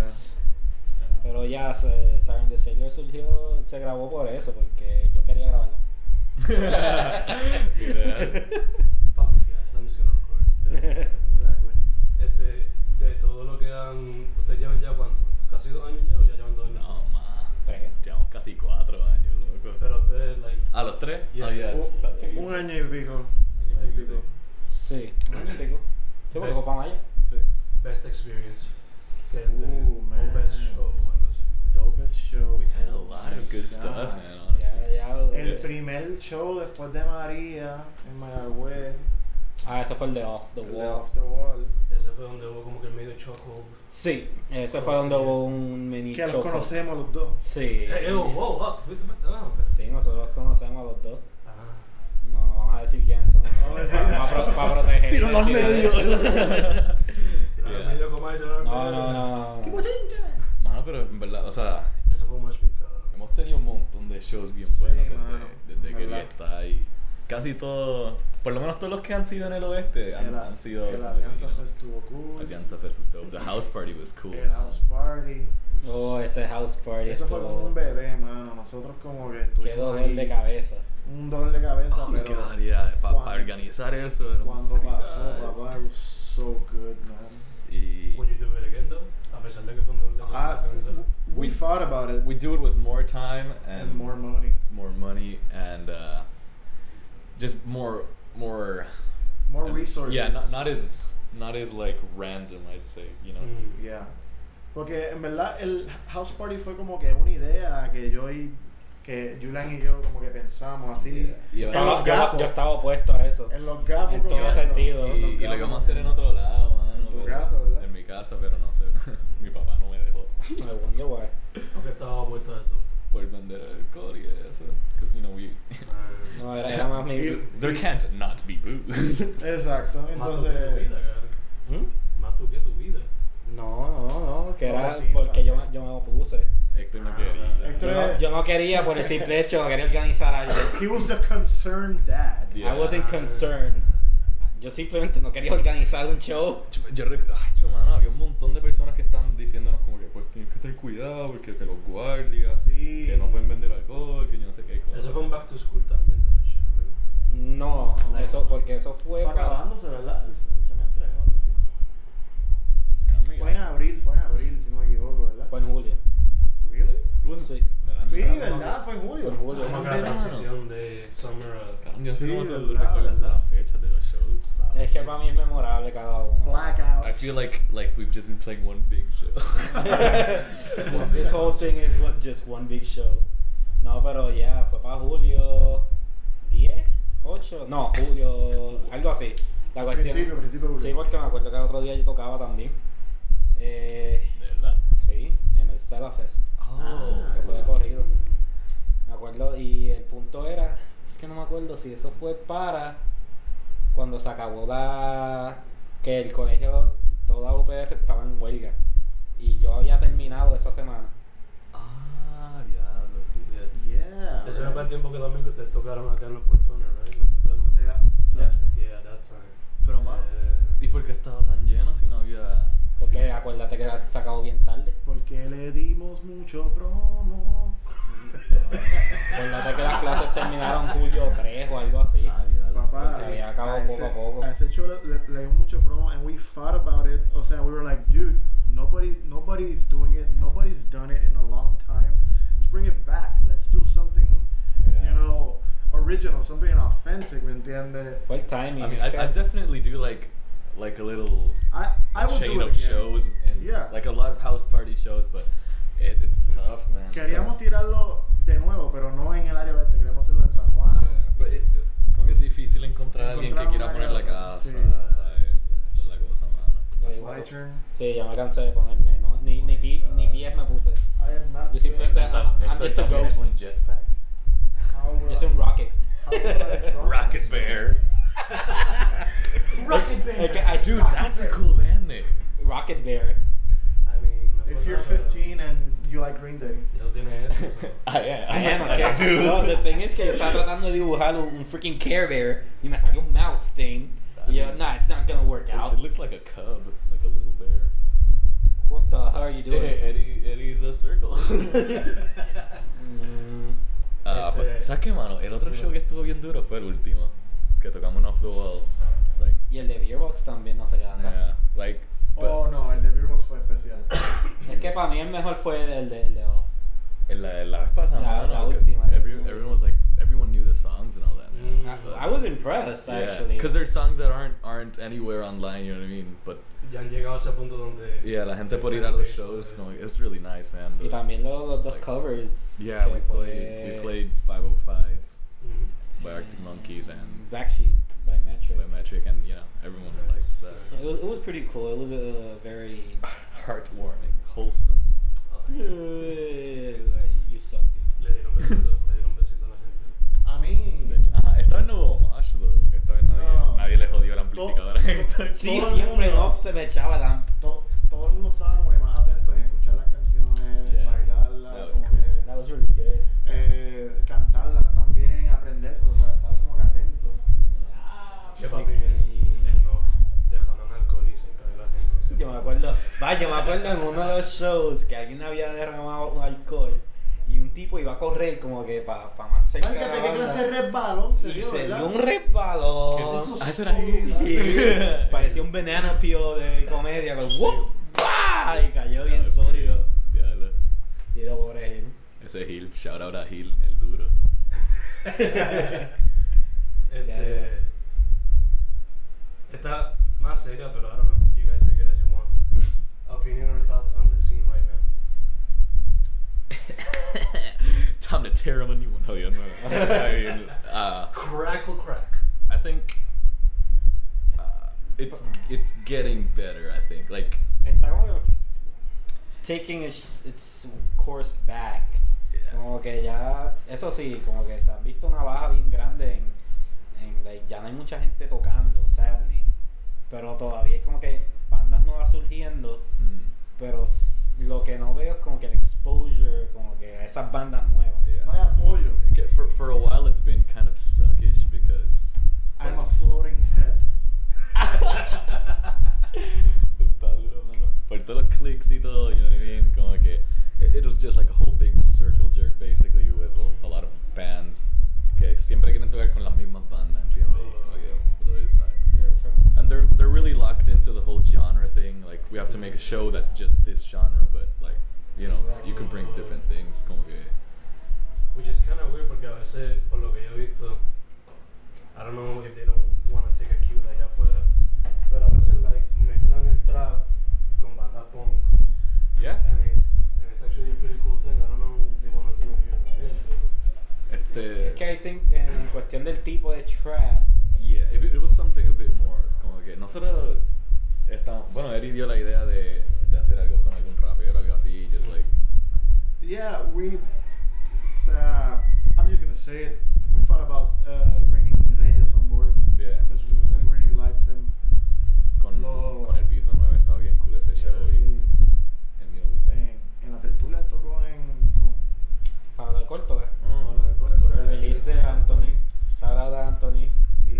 A: Yeah.
C: Pero ya, se- Siren the Sailor surgió, se grabó por eso, porque yo quería grabarla.
D: fuck these guys, I'm just gonna record.
B: Exactly.
D: Este, de todo lo que han. ¿Ustedes llevan ya cuánto? ¿Casi dos años ya o ya llevan dos años?
A: No, ma.
C: Tres.
A: Llevamos casi cuatro años, loco.
D: Pero ustedes, like.
A: ¿A los tres?
D: Yeah.
A: Oh, yeah, it's about two
B: Un- Un
A: years.
B: año y pico.
A: año y
B: Un año y
A: pico,
B: pico.
C: Sí, un año y pico. Sí, porque fue para mayo.
B: Sí.
D: best experience que han
B: Ooh,
D: tenido,
C: Uh,
B: man.
D: o best show o algo así.
B: Dopest show.
A: We've had a lot of good
B: Yeah.
A: stuff, man, honestly.
C: Ya, ya.
B: El primer show después de María en Mayagüez.
C: Ah, ese fue el de Off the
B: el de
C: Wall.
B: Off the Wall.
D: Ese fue donde hubo como que el medio choco.
C: Sí, ese fue donde hubo un mini
B: Que los
C: choco.
B: conocemos los dos.
C: Sí.
D: Eh, eh, oh, wow, wow, ¿tú fuiste para- ah, ok.
C: Sí, nosotros conocemos a los dos.
D: Ah.
C: No, no vamos a decir quiénes son.
B: vamos a decir
C: Para,
B: quiénes son.
C: proteger.
A: Tiro los medios.
D: Tirar al
A: Yeah.
D: Ah, medio como ahí, tirar al
C: No,
D: medio.
C: no, no. no.
A: Mano, pero en verdad, o sea,
D: Eso fue un matchpick, cabrón.
A: hemos tenido un montón de shows bien
B: Sí,
A: buenos
B: mano,
A: desde, desde que
B: verdad.
A: ya está ahí. Casi todo, por lo menos todos los que han sido en el oeste han,
B: El,
A: han sido.
B: el Alianza
A: you know,
B: Fest estuvo cool.
A: Alianza Fest was dope. The house party was cool.
B: El House Party.
C: Oh, ese house party.
B: Eso fue como
C: estuvo-
B: un bebé, mano. Nosotros como que
C: Qué
B: estuvimos
C: dolor
B: ahí.
C: de cabeza.
B: Un dolor de cabeza,
A: Oh my
B: pero
A: god, yeah. Para
B: cuando-
A: organizar eso era un
B: cuando pasó,
A: frital.
B: papá, it was so good, man.
A: Y.
D: Would you do it again, though? A pesar de que fue un doble choco,
C: Ah,
B: I,
C: uh,
D: organizar.
B: Ah, we,
A: We-
B: thought about it.
A: We um, do it with more time and,
B: and more money,
A: more money and uh, just more more
B: more
A: um,
B: resources.
A: Yeah, not, not as not as like random, I'd say. You know.
D: Mm.
B: Yeah. Porque en verdad el house party fue como que una idea que yo y que Julian y yo como que pensamos así.
A: Yeah.
C: Yo,
A: Yeah.
B: En los
C: yo- yo,
B: gapos.
C: estaba opuesto a eso.
B: En los gapos.
C: En todo
B: como-
C: sentido.
B: en los
A: Y, y lo que
B: gapos,
A: vamos a hacer en
B: como-
A: otro lado, mano.
B: tu
A: pero-
B: casa, ¿verdad?
A: En mi casa, pero no sé. mi papá no me dejó
C: I wonder why.
D: Porque estaba opuesto a eso.
A: por vender alcohol y eso. Because, you know, we.
D: Ah,
C: No, era, era más mi.
B: Y-
A: There can't not be booze.
B: Exacto,
D: Ah, más tú que tu
B: entonces
D: vida, cabrón.
C: ¿Mm?
D: Más tú que tu vida.
C: No, no, no. Que era
B: Pobrecita.
C: porque yo, me- yo me opuse.
A: Héctor no quería.
B: Ah, Héctor
C: Yo
B: es-
C: no, yo no quería por el simple hecho de querer organizar algo.
B: he was the concerned dad.
A: Yeah.
C: I wasn't
D: Ah.
C: concerned. Yo simplemente no quería organizar un show.
A: Yo- Yo recuerdo, ay, chu, mano, había un montón de personas que están diciéndonos como que pues tienes que tener cuidado porque que los guardias,
B: Sí.
A: que no pueden vender alcohol, que yo no sé qué cosa.
D: Eso fue un back to school también, también, shit, right?
C: No,
B: No.
C: eso porque eso fue
B: Fue
C: para.
B: acabándose, ¿verdad? El, el semestre o algo así.
A: Amiga.
B: Fue en abril, fue en abril, si no me equivoco, ¿verdad?
C: Fue en julio.
B: Really?
A: It was-
C: Sí.
A: No, I'm
B: Sí,
A: sorry.
B: ¿verdad? Fue en julio.
C: Fue en julio.
D: Como que
B: Ah,
D: la
B: verano.
D: transición de summer a...
A: Cabrón, Yo sé
B: Sí,
A: cómo te
B: verdad,
A: recuerdas hasta
B: verdad.
A: las fechas de los shows.
C: Es que para mí es memorable cada uno.
B: Blackout.
A: I feel like like we've just been playing one big show.
C: This whole thing is what just one big show. No, pero ya, fue para julio 10, 8, no, julio, algo así. La cuestión.
B: Principio, principio de julio.
C: Sí, porque me acuerdo que el otro día yo tocaba también. Eh,
A: ¿De verdad?
C: sí, en el Stella Fest,
A: Oh.
B: Ah.
C: que fue de corrido.
D: Mm,
C: Me acuerdo, y el punto era, es que no me acuerdo si eso fue para cuando se acabó la. que el colegio, toda UPR estaba en huelga. Y yo había terminado esa semana.
A: Ah, diablo, sí.
B: Yeah.
D: Yeah. Eso
B: man.
D: fue para el tiempo que también que ustedes tocaron acá en los portones, right? Los portones.
B: Yeah.
C: Yeah.
D: Yeah, that time.
A: Pero, mano,
D: Eh,
A: ¿y por qué estaba tan lleno si no había.
C: Porque
A: sí.
C: acuérdate que se acabó bien tarde.
B: Porque le dimos mucho promo.
C: Acuérdate que las clases terminaron julio 3 o algo así.
A: Ah, diablo,
B: Papá,
C: Se había acabado
B: a
C: poco
B: ese-
C: a poco.
B: a ese show le, le- le dimos mucho promo and we thought about it. O sea, we were like, dude, nobody's nobody's doing it. Nobody's done it in a long time. Let's bring it back. Let's do something,
A: Yeah.
B: you know, original, something authentic, ¿me entiendes?
C: Fue el
A: sí.
C: timing.
A: I mean, I, I
C: que-
A: definitely do like like a little
B: I, I would
A: chain
B: do it
A: of
B: again.
A: shows and
B: Yeah.
A: like a lot of house party shows, but it, it's tough, man. It's
B: Queríamos
A: tough.
B: tirarlo de nuevo, pero no en el área verde. Queremos hacerlo en San Juan.
A: Yeah, but it- como que es difícil encontrar a alguien que
B: Pues, Encontrar
A: quiera
B: una
A: poner la casa,
B: casa, sí.
A: ¿sabes? Esa es la cosa, mano.
B: That's
C: Ay,
B: my
C: bueno.
B: turn.
C: Sí, ya me cansé de ponerme. No, ni, ni, pi- ni pies me puse.
B: I am not.
C: Yo simplemente-
B: doing
C: I'm- I'm just a
A: también es
C: ghost.
A: un jetpack.
B: how, uh,
C: Yo soy un rocket.
A: Rocket Bear.
D: Rocket Bear.
C: Like, I
A: Dude,
C: Rocket
A: that's a
C: Bear.
A: cool band name.
C: Rocket Bear.
D: I mean, me
B: If you're
D: acuerdo,
B: 15 and you like Green Day.
D: Yo tiene eso. so.
A: I am.
C: I am a
A: I
C: care
A: do.
C: No, the thing is que yo estaba tratando de dibujar un, un freaking Care Bear y me salió un mouse thing. Y yo, nah, it's not gonna work
A: It,
C: out.
A: it looks like a cub, like a little bear.
C: What the hell are you doing?
A: Hey, Eddie, Eddie's a circle.
C: Mm,
A: Ah,
D: Este-
A: pues, ¿Sabes qué, mano? El otro show que estuvo bien duro fue el último. Que tocamos en Off the Wall. It's like,
C: y el de Beerbox también no se queda nada.
A: yeah, like. but-
B: Oh no, el de Beerbox fue especial.
C: Es que para mí el mejor fue el de, el de Off.
A: En la, en la vez pasada,
C: La-
A: mano,
C: la
A: 'cause
C: última, la
A: every-
C: última
A: everyone was like, everyone knew the songs and all that. man.
D: Mm.
A: So
C: I
A: that's-
C: was impressed, actually.
A: because there's songs that aren't aren't anywhere online. You know what I mean? But
D: Ya han llegado a ese punto donde.
A: yeah, la gente
D: el
A: por ir a los
D: fanbase,
A: shows.
D: eh,
A: Como, it was really nice, man.
C: y
A: but-
C: también los, los dos
A: like-
C: covers.
A: yeah,
C: que
A: we
C: fue
A: played we played 505
D: mhm.
A: by Arctic Monkeys and
C: Black Sheep by Metric.
A: by Metric, and you know everyone likes
C: It,
A: that.
C: was, it was pretty cool. It was a very.
A: Heartwarming, wholesome.
C: Mm. eh, you suck, dude.
D: Le dieron besito, le dieron besito a la gente.
B: A mí.
A: De hecho, ah, esta vez no hubo homage, though. Esta vez nadie,
B: No.
A: nadie le jodió la amplificadora. Esta vez-
C: Sí,
B: Todo el
C: siempre
B: mundo.
C: no se me echaba la.
B: to- todo el mundo estaba como que más atento en escuchar las canciones,
A: Yeah. That
B: bailarlas,
A: was
B: como
A: cool.
B: que,
C: That was really good.
B: eh, cantarlas también, aprenderlas, o sea, estar como que atento.
D: Que papi, el, el no dejaron alcohol y se cayó la gente. Se-
C: Yo me acuerdo, vaya, me acuerdo en uno de los shows que alguien había derramado un alcohol y un tipo iba a correr como que para más cerca. de la
B: Válgate, ¿qué
C: banda.
B: clase de resbalón se
C: y
B: dio,
C: se
B: verdad?
C: dio un
B: Eso
C: resbalón.
B: es
A: I said I-
C: Y parecía un banana peel de comedia con ¡Wup! ¡Bah! Y cayó
A: Ah,
C: bien
A: ok.
C: sólido.
A: Diablo.
C: Y lo pobre él.
A: Ese Gil, shout out a Gil, el duro.
D: Este, está más seria, pero I don't know. You guys take it as you want. Opinion or thoughts on the scene right now?
A: Time to tear him a new one. Oh, yeah, no. I mean, uh,
D: Crackle crack.
A: I think uh, it's it's getting better. I think like
C: Está como que taking its, its course back. Como que ya, eso sí, como que se han visto una baja bien grande en, en like, ya no hay mucha gente tocando, sadly. Pero todavía es como que bandas nuevas surgiendo,
A: hmm,
C: pero s- lo que no veo es como que el exposure, como que a esas bandas nuevas.
B: No hay
A: yeah.
B: apoyo.
A: Okay, For for a while, it's been kind of suckish because
B: I'm a floating head.
A: Está duro, mano. Por todos los clics y todo, you know what I mean? Como que it, it was just like a whole big circle jerk basically with a, a lot of bands que siempre quieren tocar con las mismas bandas, ¿entiendes? Como que, what is that? and they're they're really locked into the whole genre thing. Like we have to make a show that's just this genre, but like you know, you could bring different things. Como que,
D: Which is kind of weird porque a veces, por lo que yo he visto, I don't know if they don't want to take a cue de allá afuera, pero a veces like, mezclan el trap con banda punk.
A: yeah,
D: And it's, and it's actually a pretty cool thing. I don't know if they want to do it here in Miami, but
A: este,
C: Es que I think en cuestión del tipo de trap,
A: yeah, if it, it was something a bit more, como que nosotros estamos, bueno, Eri dio la idea de, de hacer algo con algún rapero, algo así, just like,
B: Yeah, we. Uh, I'm just gonna say it. We thought about uh, bringing Reyes on board
A: yeah,
B: because we, we really liked them.
A: con,
B: lo-
A: con el piso 9 estaba bien cool ese
D: Yeah,
A: show
B: Sí.
A: y, and, you know, we think-
B: En, en la tertulia tocó en con,
C: para lo corto, ¿eh?
A: Mm.
B: con la de Corto.
C: El release de Anthony. Shout out a Anthony.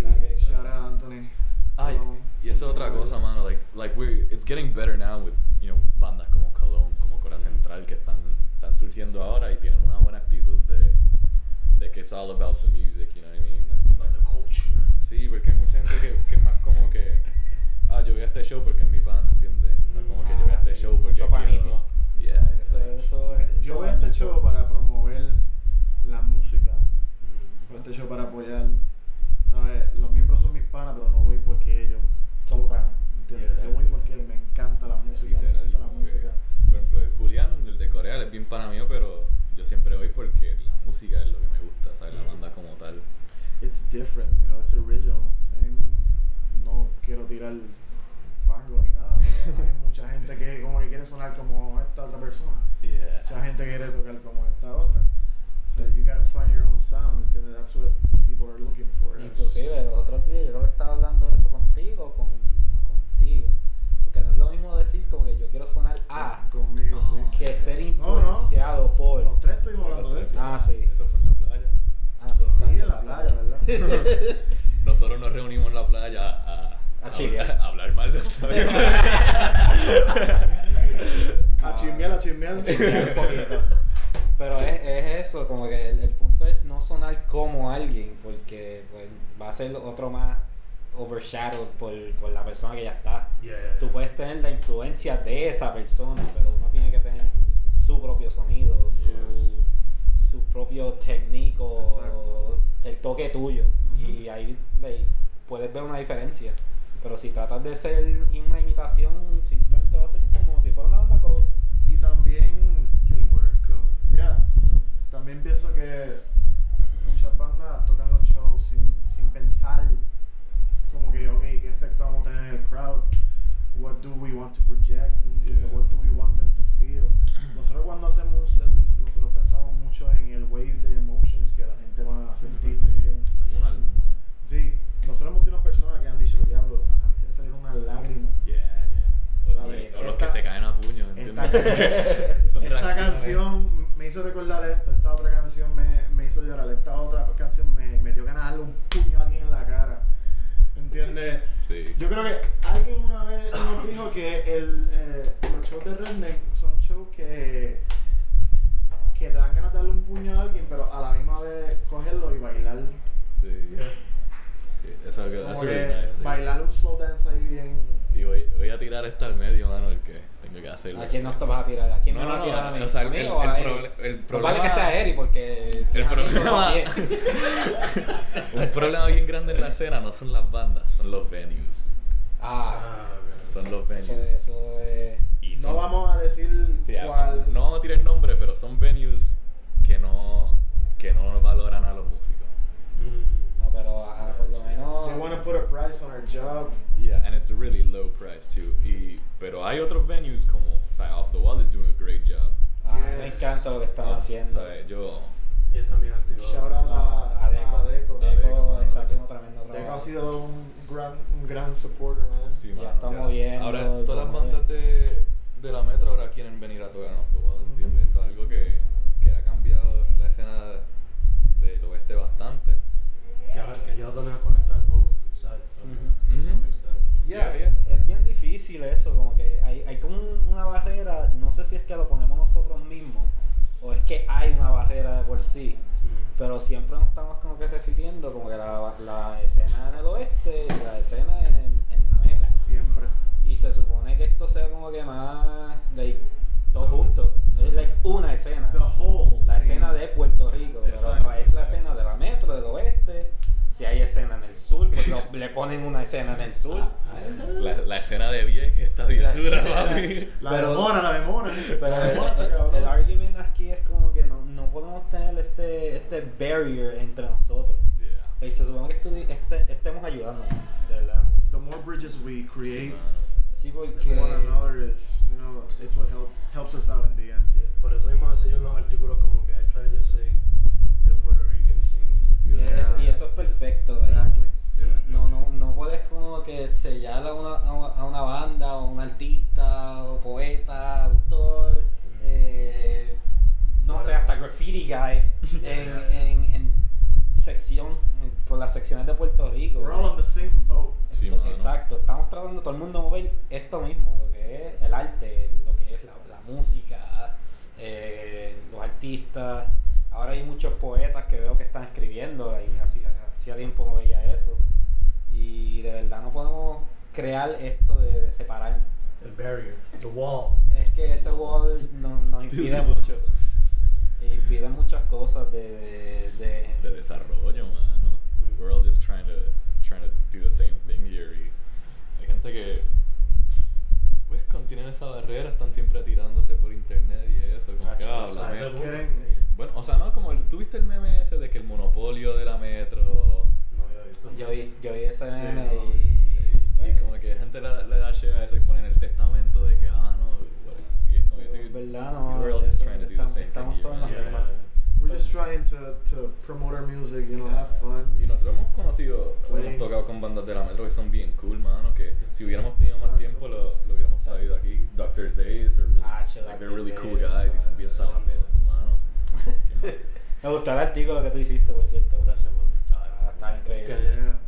C: La que-
B: Y shout out eh, Anthony.
A: Ah,
B: Colón. Eh,
A: y esa es otra cosa, mano. Like, like we, it's getting better now with, you know, bandas como Colón, como Cora
B: Mm.
A: Central, que están, están surgiendo ahora y tienen una buena actitud de, de que it's all about the music, you know what I mean? Like-
D: like the culture.
A: sí, porque hay mucha gente que, que es más como que, ah, yo voy a este show porque es mi pan, ¿entiendes? No es como que yo voy a
C: Ah,
A: este
C: sí.
A: show porque
C: Mucho panismo.
A: quiero... Yeah, it's
C: Eso,
A: like-
C: eso, eso
B: Yo voy a
C: da
B: este
C: mucho.
B: show para promover la música.
D: Mm.
B: Voy a este show para apoyar. ¿sabes? Los miembros son mis panas, pero no voy porque ellos
C: Son
B: tocan.
C: panas.
B: ¿entiendes?
A: Yeah,
B: Yo voy
A: exactly.
B: porque me encanta la música. Me
A: Literal,
B: encanta la
A: como que,
B: música.
A: Por ejemplo, Julián, el de Corea, él es bien para mí, pero yo siempre voy porque la música es lo que me gusta, ¿sabes? La
D: Ujú.
A: banda como tal.
B: it's different, you know, it's original. Hay- no quiero tirar fango ni nada, pero hay mucha gente que como que quiere sonar como esta otra persona.
A: Yeah.
B: Mucha gente quiere tocar como esta otra. So, that you gotta find your own sound, ¿entiendes? That's what people are looking for. It's-
C: Inclusive los otros días yo creo que estaba hablando de eso contigo o con, contigo. Porque no es lo mismo decir como que yo quiero sonar A
B: Ah, conmigo, sí.
C: Oh, que ser
B: No, no.
C: influenciado por.
B: Los tres estuvimos hablando de eso.
C: Ah, sí.
A: Eso fue en la playa.
C: Ah, sí,
B: Sí,
C: exacto.
B: en la playa, ¿verdad?
A: Nosotros nos reunimos en la playa a,
C: A chillar.
A: a hablar mal de
B: A chismear, a chismear, a chismear un poquito.
C: Pero es, es eso, como que el, el punto es no sonar como alguien, porque pues, va a ser otro más overshadowed por, por la persona que ya está.
D: Yeah, yeah, yeah.
C: Tú puedes tener la influencia de esa persona, pero uno tiene que tener su propio sonido, su, su propio técnico,
B: Exacto.
C: el toque tuyo. Y ahí like, puedes ver una diferencia. Pero si tratas de ser una imitación, simplemente va a ser como si fuera una banda cover.
B: Y también,
D: Keyword cover.
B: yeah, también pienso que muchas bandas tocan los shows sin, sin pensar como que, ok, ¿qué efecto vamos a tener en el crowd? What do we want to project? ¿Entiendes?
A: Yeah.
B: What do we want them to feel? Nosotros cuando hacemos un setlist, nosotros pensamos mucho en el wave de emotions que la gente va a sentir, ¿entiendes?
A: Como un álbum. ¿no?
B: Sí, nosotros hemos tenido personas que han dicho, diablo, a mí se me salieron unas lágrimas.
A: Yeah, yeah. O,
B: A ver,
A: o los
B: esta-
A: que se caen a puño,
B: Esta,
A: ¿entiendes? Son
B: esta
A: reacciones.
B: canción me hizo recordar esto, esta otra canción me, me hizo llorar, esta otra canción me, me dio ganas de darle un puño a alguien en la cara. ¿Entiendes?
A: Sí.
B: Yo creo que alguien una vez nos dijo que el, eh, los shows de Redneck son shows que, que dan ganas de darle un puño a alguien, pero a la misma vez cogerlo y bailar.
A: Sí.
D: Yeah.
A: That's all good. That's
B: Como
A: really
B: que
A: nice. sí.
B: bailar un slow dance ahí bien.
A: Y voy, voy a tirar esta al medio, mano, el que tengo que hacerlo.
C: ¿A quién no te vas a tirar? ¿A quién
A: No,
C: me
A: no,
C: vas a
A: no,
C: tirar a mí?
A: o sea,
C: ¿A mí
A: el-
C: o a
A: el
C: Eri?
A: proble- el
C: Pues vale
A: problema-
C: que sea Eri, porque... si
A: El
C: es a mí,
A: problema,
C: pues a mí.
A: un problema bien grande en la escena no son las bandas, son los venues.
C: Ah,
D: Ah, ok.
A: Son los venues.
C: eso, eso es...
A: Y
B: No
A: son-
B: vamos a decir
A: sí, a-
B: cuál.
A: no vamos a tirar nombre, pero son venues que no, que no valoran a los músicos.
D: Mm.
C: No, pero ah, por lo
B: They want to
C: menos...
B: put a price on our job.
A: Yeah, and it's a really low price too. Y, pero hay otros venues como, o sea, Off the Wall is doing a great job.
C: ah, Me
B: Yes.
C: encanta lo que están haciendo.
A: O sea, yo,
D: Y él también activó.
B: Shout out a, a Deco.
C: Deco,
A: A Deco, mano,
C: está
A: Deco.
C: haciendo tremendo
B: Deco ha
C: trabajo.
B: sido un gran, un gran supporter, man.
A: sí,
C: Ya
A: mano,
C: estamos viendo
A: Ahora
C: y
A: todas las
C: vamos a ver.
A: bandas de, de la metro ahora quieren venir a tocar en Off the Wall,
B: Ujú.
A: ¿entiendes? Es algo que, que ha cambiado la escena del oeste bastante.
D: Que ahora que ayuda también a conectar both sides también.
A: Ujú.
D: to some
A: Ujú.
D: extent.
B: Yeah.
C: Es bien difícil eso, como que hay, hay como un- una barrera, no sé si es que lo ponemos nosotros mismos, o es que hay una barrera de por sí.
D: Mm.
C: pero siempre nos estamos como que refiriendo como que la, la escena en el oeste y la escena en, en la meta.
B: Siempre.
C: Y se supone que esto sea como que más, like, todos juntos. Es like una escena.
B: The whole.
C: La
B: scene.
C: escena de Puerto Rico, pero
B: Exacto,
C: no es la
B: exacto.
C: escena de la metro, del oeste. Si hay escena en el sur, pues lo- le ponen una escena en el sur.
B: Ah,
D: Ah,
A: La, la escena de Vieques está bien
C: La
A: dura,
C: escena-
A: papi.
B: La
C: Pero-
B: demora, la demora.
C: Pero
B: la
C: el,
B: demora, pues cabrón.
C: el, el argument aquí es como que no, no podemos tener este, este barrier entre nosotros.
A: Yeah.
C: Y se supone que estu- este- estemos ayudando, de verdad.
B: The more bridges we
A: Sí,
B: create
A: mano.
C: Sí, porque.
B: with one another is, you know, it's what help, helps us out in the end.
D: Yeah, Por eso mismo a veces yo en los artículos como que I try to just say the Puerto Rican scene.
C: Y,
A: Yeah.
C: es- y eso es perfecto. like,
B: Exactly.
A: Yeah.
C: No, no, no puedes como que sellar a una, a una- a una banda, o un artista, o poeta, autor, eh, no sé, hasta graffiti guy en, en, en sección, en- por las secciones de Puerto Rico.
B: We're all on the same boat.
A: Sí,
C: Ento-
A: mano.
C: Exacto, estamos tratando todo el mundo a mover esto mismo, lo que es el arte, lo que es la, la música, eh, los artistas. Ahora hay muchos poetas que veo que están escribiendo, y hacía, hacía tiempo no veía eso. Y de verdad no podemos crear esto de, de separarnos.
D: El barrier, the wall.
C: Es que ese wall no- nos impide mucho, impide muchas cosas de... de-
A: de desarrollo, mano. We're all just trying to trying to do the same thing here. Y hay gente que pues contienen esa barrera, están siempre tirándose por internet y eso, como que
C: Ah,
A: ah, la
D: O sea, ese
A: met-
D: boom,
B: Quieren-
D: yeah.
A: Bueno, o sea, no como el, tuviste el meme ese de que el monopolio de la metro
D: No, yo he visto.
C: yo, vi, yo vi ese
B: Sí,
C: meme
B: no,
A: y, y
C: y...
A: como que gente le, le da shit a eso y ponen el testamento de que ah no what- y es como que,
C: Pero
A: dude,
C: en verdad no,
A: we're all just
C: eso-
A: trying to do the
C: estamos-
A: same thing
C: estamos
A: here,
C: todos en la
A: man.
D: Yeah.
C: misma.
B: We're just trying time to, to promote our music, you know, have fun.
A: Y nosotros hemos conocido,
B: Güey.
A: hemos tocado con bandas de la metro que son bien cool, mano. Que si hubiéramos tenido más
B: Exacto.
A: tiempo, lo, lo hubiéramos sabido aquí. Dr. Zays, are really,
C: Ah, che,
A: like, they're
C: Dr.
A: really cool
C: Zeus,
A: guys y son bien
D: son
A: talentosos, mano. ¿Qué más?
C: Me gustó el artículo que tú hiciste, por cierto, gracias, mano.
A: Ah,
C: Ah,
A: sí.
C: está increíble.
D: Que-
B: Yeah.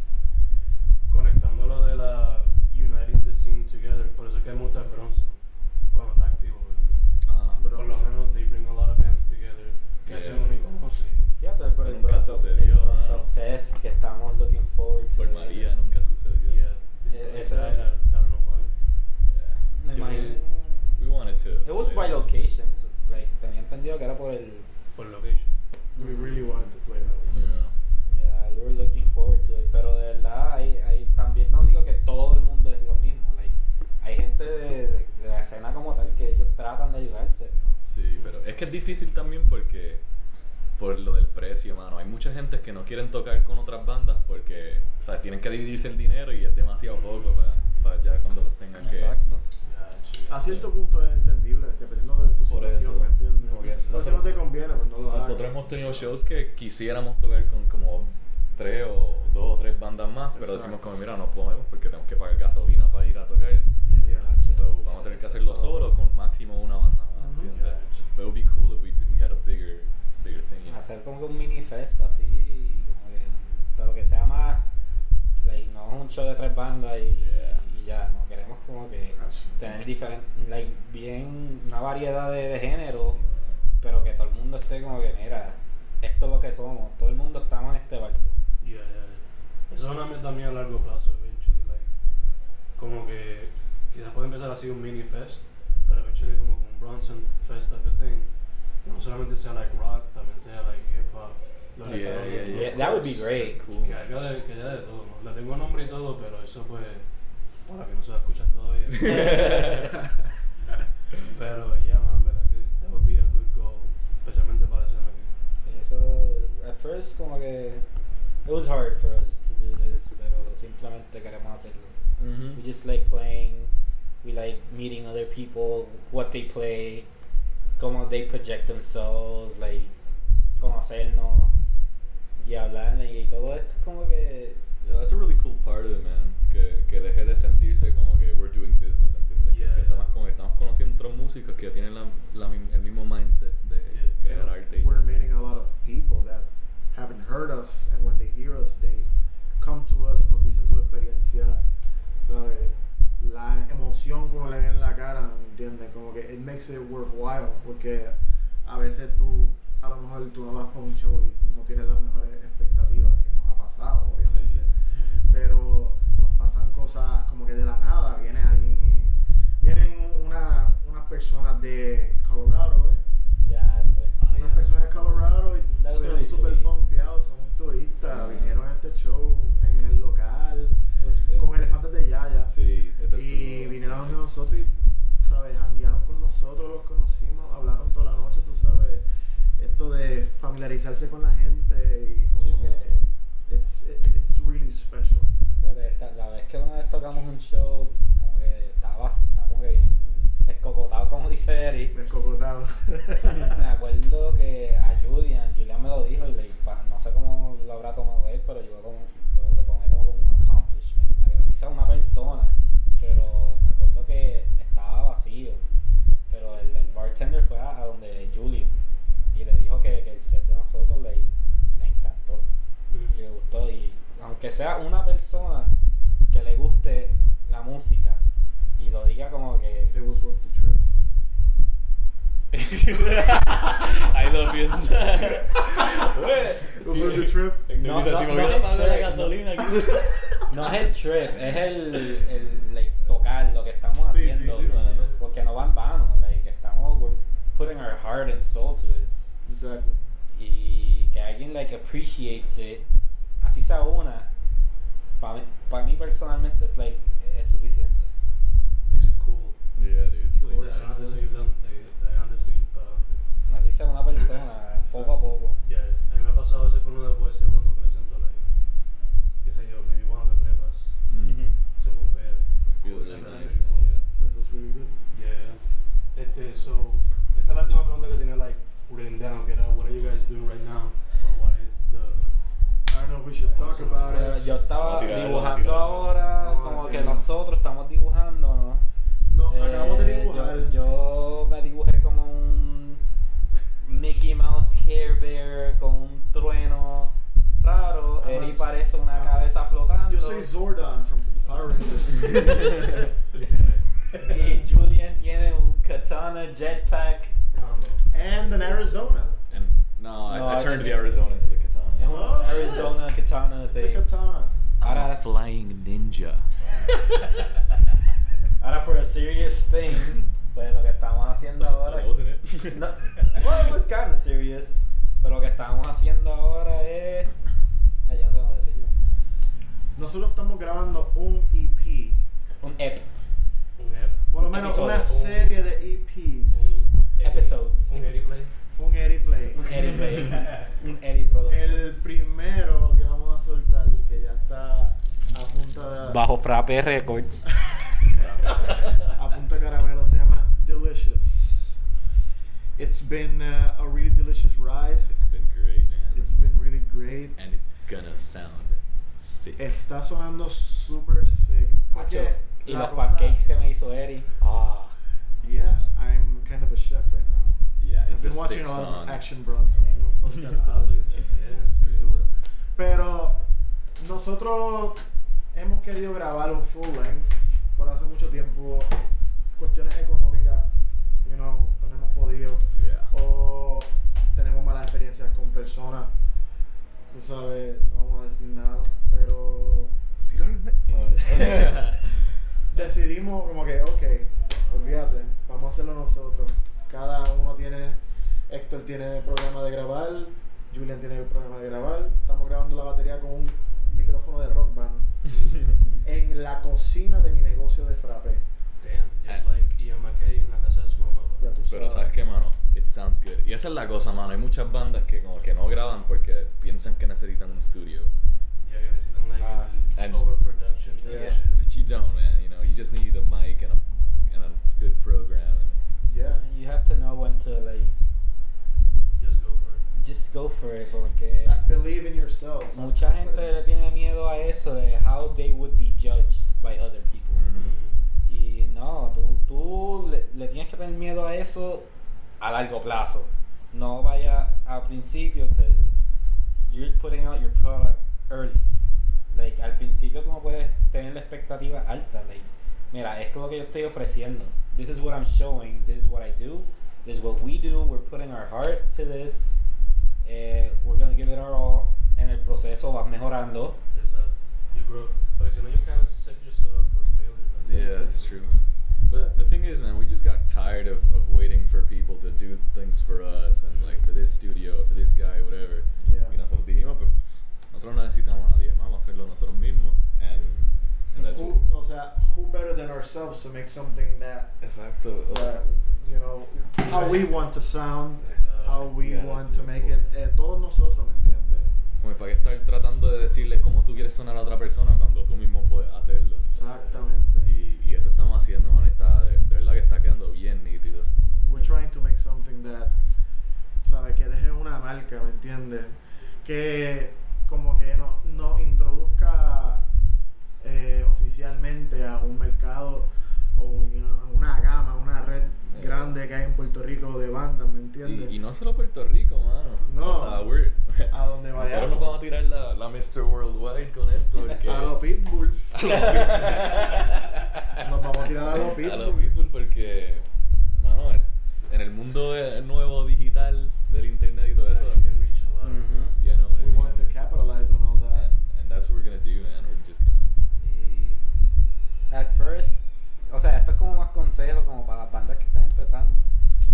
D: Conectando lo de la Uniting the Scene Together, por eso es que me gusta Bronson cuando está activo. ¿verdad?
A: Ah,
B: Bro.
D: Por lo
B: Bronson.
D: menos, they bring a lot of bands together. Que es el
A: Yeah.
D: único. no sé.
C: Fíjate, el,
A: Eso
C: el,
A: nunca
C: Bronzo-
A: sucedió,
C: el Bronzo
A: ¿no?
C: Fest que estamos looking forward to.
A: por
C: eh.
A: María nunca sucedió.
D: Yeah.
C: Eh,
D: It's
C: esa-
D: sad, I- I don't know why.
A: Yeah.
C: Me
D: Yo
C: imagino.
A: We wanted to.
C: It was by locations. Like, tenía entendido que era por el.
D: Por location.
B: We really wanted to play that one.
A: Yeah.
C: Yeah, you were looking forward to it. Pero de verdad, hay, hay, también no digo que todo el mundo es lo mismo. Like, hay gente de, de- de la escena como tal que ellos tratan de ayudarse. ¿no?
A: Sí, pero es que es difícil también porque por lo del precio, mano. Hay mucha gente que no quieren tocar con otras bandas porque, o sea, tienen que dividirse el dinero y es demasiado poco para, ya cuando los tengan que.
C: Exacto.
D: Yeah, chill.
B: A cierto punto es entendible, dependiendo de tu
A: Por
B: situación,
A: eso.
B: ¿me entiendes?
A: Como que
B: Pero si no
A: nosotros-
B: te conviene, pues no lo hagas.
A: Nosotros hemos tenido shows que quisiéramos tocar con como tres o dos o tres bandas más, pero decimos
B: Exacto.
A: como, mira, no podemos porque tenemos que pagar gasolina para ir a tocar.
B: Yeah.
A: So, vamos a tener que hacerlo solo con máximo una banda más,
B: Ujú.
A: ¿entiendes? But it would be cool if we, we had a bigger, bigger thing. you know?
C: Hacer como que un mini fest así, como que, pero que sea más, like, no un show de tres bandas y,
A: Yeah.
C: y ya, no queremos como que tener diferente, like, bien, una variedad de, de género, pero que todo el mundo esté como que, mira, esto es lo que somos, todo el mundo estamos en este barco.
D: Yeah, yeah, yeah. Eso es una meta mía a largo plazo, eventually. Like, como que quizás puede empezar así un mini fest, pero eventually como con Bronson Fest type of thing. No solamente sea like rock, también sea like hip hop. Lo que sea,
A: Yeah,
D: lo
A: yeah,
D: que-
A: yeah.
C: Yeah,
A: of
C: that would be
A: course.
C: great.
A: That's cool.
D: Que haya de, que haya de todo, ¿no? Le tengo nombre y todo, pero eso pues, para que no se va a escuchar todavía. pero ya, yeah, man, verdad que that would be a good goal, especialmente para ese aquí.
C: Eso, at first, como que, it was hard for us to do this, pero simplemente queremos hacerlo.
A: Mhm.
C: We just like playing. We like meeting other people, what they play, cómo they project themselves, like conocernos y hablar y todo esto es como que
A: Yeah, that's a really cool part of it, man. Que, que deje de sentirse como que we're doing business, ¿entiendes?
D: Yeah,
A: que sienta
D: yeah.
A: más como que estamos conociendo otros músicos que tienen la, la mi- el mismo mindset de
D: Yeah.
A: crear arte. y
B: We're
A: tal.
B: meeting a lot of people that haven't heard us, and when they hear us, they come to us, nos dicen su experiencia, ¿sabes? la emoción como le ven en la cara, ¿me entiendes? Como que it makes it worthwhile, porque a veces tú, a lo mejor tú no vas para un show y no tienes las mejores expectativas que nos ha pasado, obviamente pero nos pasan cosas como que de la nada. Viene alguien y. Vienen un- una- unas personas de Colorado, ¿eh?
C: ya entre-
A: Ah,
B: Unas
A: yeah,
B: personas de
A: that's cool.
B: Colorado y
C: That's
B: estuvieron
C: really
B: súper
C: sweet.
B: pompeados, son turistas,
A: Sí.
B: vinieron a este show en el local
C: it was good.
B: con elefantes de Yaya.
A: Sí, ese
B: Y
A: estuvo
B: vinieron a
A: nice.
B: nosotros y, ¿sabes? Janguearon con nosotros, los conocimos, hablaron toda la noche, tú sabes. Esto de familiarizarse con la gente y como
A: Sí, mano.
B: que. It's, it- it's really special.
C: Fíjate, esta- la vez que una vez tocamos un show como que estaba, estaba como que bien escocotado como dice Eric
B: Me escocotaron.
C: me acuerdo que a Julian, Julian me lo dijo y le, pa- no sé cómo lo habrá tomado él, pero yo lo, tom- lo- lo tomé como un accomplishment, a que así sea una persona, pero me acuerdo que estaba vacío, pero el, el bartender fue a, a donde Julian y le dijo que, que el set de nosotros le, le encantó y le gustó y aunque sea una persona que le guste la música y lo diga como que
B: It was worth the trip.
A: Ahí lo piensa.
B: It was worth the trip.
A: No,
C: No,
A: no,
C: no,
A: si me
C: no
A: hubiera
C: es
A: pagado la
C: check, no.
A: gasolina aquí.
C: No es el trip, es el, el like, tocar lo que estamos
B: Sí, sí,
C: haciendo.
B: sí,
A: mano.
C: Porque no va en vano, like, estamos we're putting our heart and soul to this.
B: Exactly.
C: Y que alguien like, appreciates it, así sea una, para mí, pa mí personalmente es, like, es suficiente.
D: Makes it cool.
A: Yeah, dude, it's really
D: Por
A: nice.
D: eso antes de seguir dando- de- de- antes de seguir para adelante.
C: Así sea una persona, poco a poco.
D: Ya, a mí me ha pasado eso con una de poesía cuando presento la qué sé yo, me dibujan de trepas,
A: Mm.
D: se bombea.
A: Feels really
D: Like,
A: nice,
D: really
A: man,
D: cool.
A: yeah.
B: This was really good.
D: Yeah. Este, so, esta es la última pregunta que tenía, like, written down, que era, what are you guys doing right now
B: we should talk about
C: Pero
B: it.
C: uh, yo estaba
A: Vamos a tirar, vamos a
C: dibujando
A: tirar.
C: ahora,
B: No,
C: como
B: sí.
C: que nosotros estamos dibujando, ¿no?
B: Ah, No, acabamos de
C: Eh, yo-
B: dibujar.
C: Yo, me dibujé como un Mickey Mouse Care Bear con un trueno raro.
B: Ajá.
C: Eri parece una
B: Ajá.
C: cabeza flotando.
B: Ah, Yo soy Zordon from the Power Rangers.
C: y Julian tiene un katana jetpack.
D: Combo.
B: and in Arizona.
A: And no, I,
C: No,
A: I
C: I
A: turned the
C: think-
A: Arizona into the katana.
C: Es un
B: Oh, shit.
C: Arizona katana
B: It's
C: thing.
B: a katana.
A: I'm
C: Ahora
A: a
C: es-
A: flying ninja.
C: Ahora, for a serious thing, pues lo que estamos haciendo ahora.
A: That wasn't it.
C: No, well, it was kind of serious. Pero lo que estamos haciendo ahora es. Ay, ya no sé cómo decirlo.
B: Nosotros estamos grabando un EP.
C: Un E EP.
D: Un app.
B: Por lo menos
C: Episodio.
B: una serie de EPs.
C: Episodes.
D: Un Eddie Play.
B: Un Eddie Play.
C: Un Eddie Play. un E Eddie Production.
B: El primero que vamos a soltar y que ya está a punta de.
C: Frappe Records.
B: a punta de caramelo se llama Delicious. It's been uh, a really delicious ride.
A: It's been great, man.
B: It's been really great.
A: and it's gonna sound sick.
B: Está sonando super sick.
C: Hacho,
B: Porque
C: y
B: la
C: los
B: cosa-
C: pancakes que me hizo Eddie. Ah.
B: Yeah, I'm kind of a chef right now.
A: yeah,
B: I've
A: it's
B: been
A: a
B: watching
A: sick
B: a lot
A: song.
B: of Action Bronson. you know, fuck, that's delicious.
D: Yeah, that's
B: Qué
D: good.
B: duro. Pero nosotros hemos querido grabar un full length por hace mucho tiempo. Cuestiones económicas, you know, no hemos podido.
A: Yeah.
B: O tenemos malas experiencias con personas. Tú sabes, no vamos a decir nada, pero decidimos como que, ok, olvídate, vamos a hacerlo nosotros. Cada uno tiene, Héctor tiene el programa de grabar, Julian tiene el programa de grabar, estamos grabando la batería con un micrófono de rock band
C: Eh,
B: en la cocina de mi negocio de frappe.
D: Damn, just like Ian McKay en la casa de su mamá.
B: Ya tú
A: Pero sabes
B: sabes.
A: qué, mano, it sounds good. Y esa es la cosa, mano. Hay muchas bandas que como que no graban porque piensan que necesitan un estudio.
D: Ya que necesitan like
C: Ah,
A: and-
D: el overproduction. type
B: Yeah.
D: shit.
A: But you don't, man. You know, you just need a mic and a and a good program.
B: Yeah.
C: You have to know when to, like,
D: Just go for it.
C: just go for it, porque.
B: Like, Eh, believe in yourself. have
C: Mucha gente le
B: confidence.
C: tiene miedo a eso de how they would be judged by other people.
A: Mhm.
D: Mm,
C: Y no, tú, tú le, le tienes que tener miedo a eso a largo plazo. No vaya al principio, because you're putting out your product early. Like, al principio tú no puedes tener la expectativa alta. Like, mira, esto es lo que yo estoy ofreciendo. This is what I'm showing. This is what I do. This is what we do. We're putting our heart to this. Eh, we're going to give it our all. En el proceso vas mejorando.
D: Exacto. You grow. Porque si no, you kind of set yourself up for failure. That's
A: And yeah,
D: it.
A: that's true, man. But the thing is, man, we just got tired of, of waiting for people to do things for us and like for this studio, for this guy, whatever.
B: Yeah.
A: Y nosotros dijimos, pues, nosotros no necesitamos a nadie más, vamos a hacerlo nosotros mismos. And, and that's
B: Who, o sea, who better than ourselves to make something that,
A: Exacto. o sea,
B: that you know, how we want to sound,
D: Exacto.
B: how we
A: Yeah, that's
B: want to
A: really
B: make
A: cool.
B: it. Eh, todos nosotros, ¿me entiendes?
A: Como para qué estar tratando de decirles cómo tú quieres sonar a otra persona cuando tú mismo puedes hacerlo.
B: Exactamente.
A: Y, y eso estamos haciendo, mano. Está, de, de verdad que está quedando bien nítido.
B: We're trying to make something that, ¿sabes? Que deje una marca, ¿me entiendes? Que como que no- nos introduzca eh, oficialmente a un mercado o un- a una gama, una red
A: Yeah.
B: grande que hay en Puerto Rico de bandas, ¿me entiendes?
A: Y, y no solo Puerto Rico, mano.
B: No.
A: O sea, we're,
B: A donde
A: Nosotros
B: vayamos.
A: nos vamos a tirar la, la Mr. Worldwide con esto. Porque,
B: A los Pitbull. Nos vamos a tirar a los
A: A
B: Pitbull.
A: los Beatles porque, mano, en el mundo eh, nuevo digital del internet y todo
D: That
A: eso,
D: you can reach a lot of
C: Mhm.
D: people.
A: ya no, what I
B: We
A: mean.
B: want to capitalize on all that.
A: And, and that's what we're gonna do, man. We're just gonna.
C: Y at first, o sea, esto es como más consejo como para las bandas que están empezando.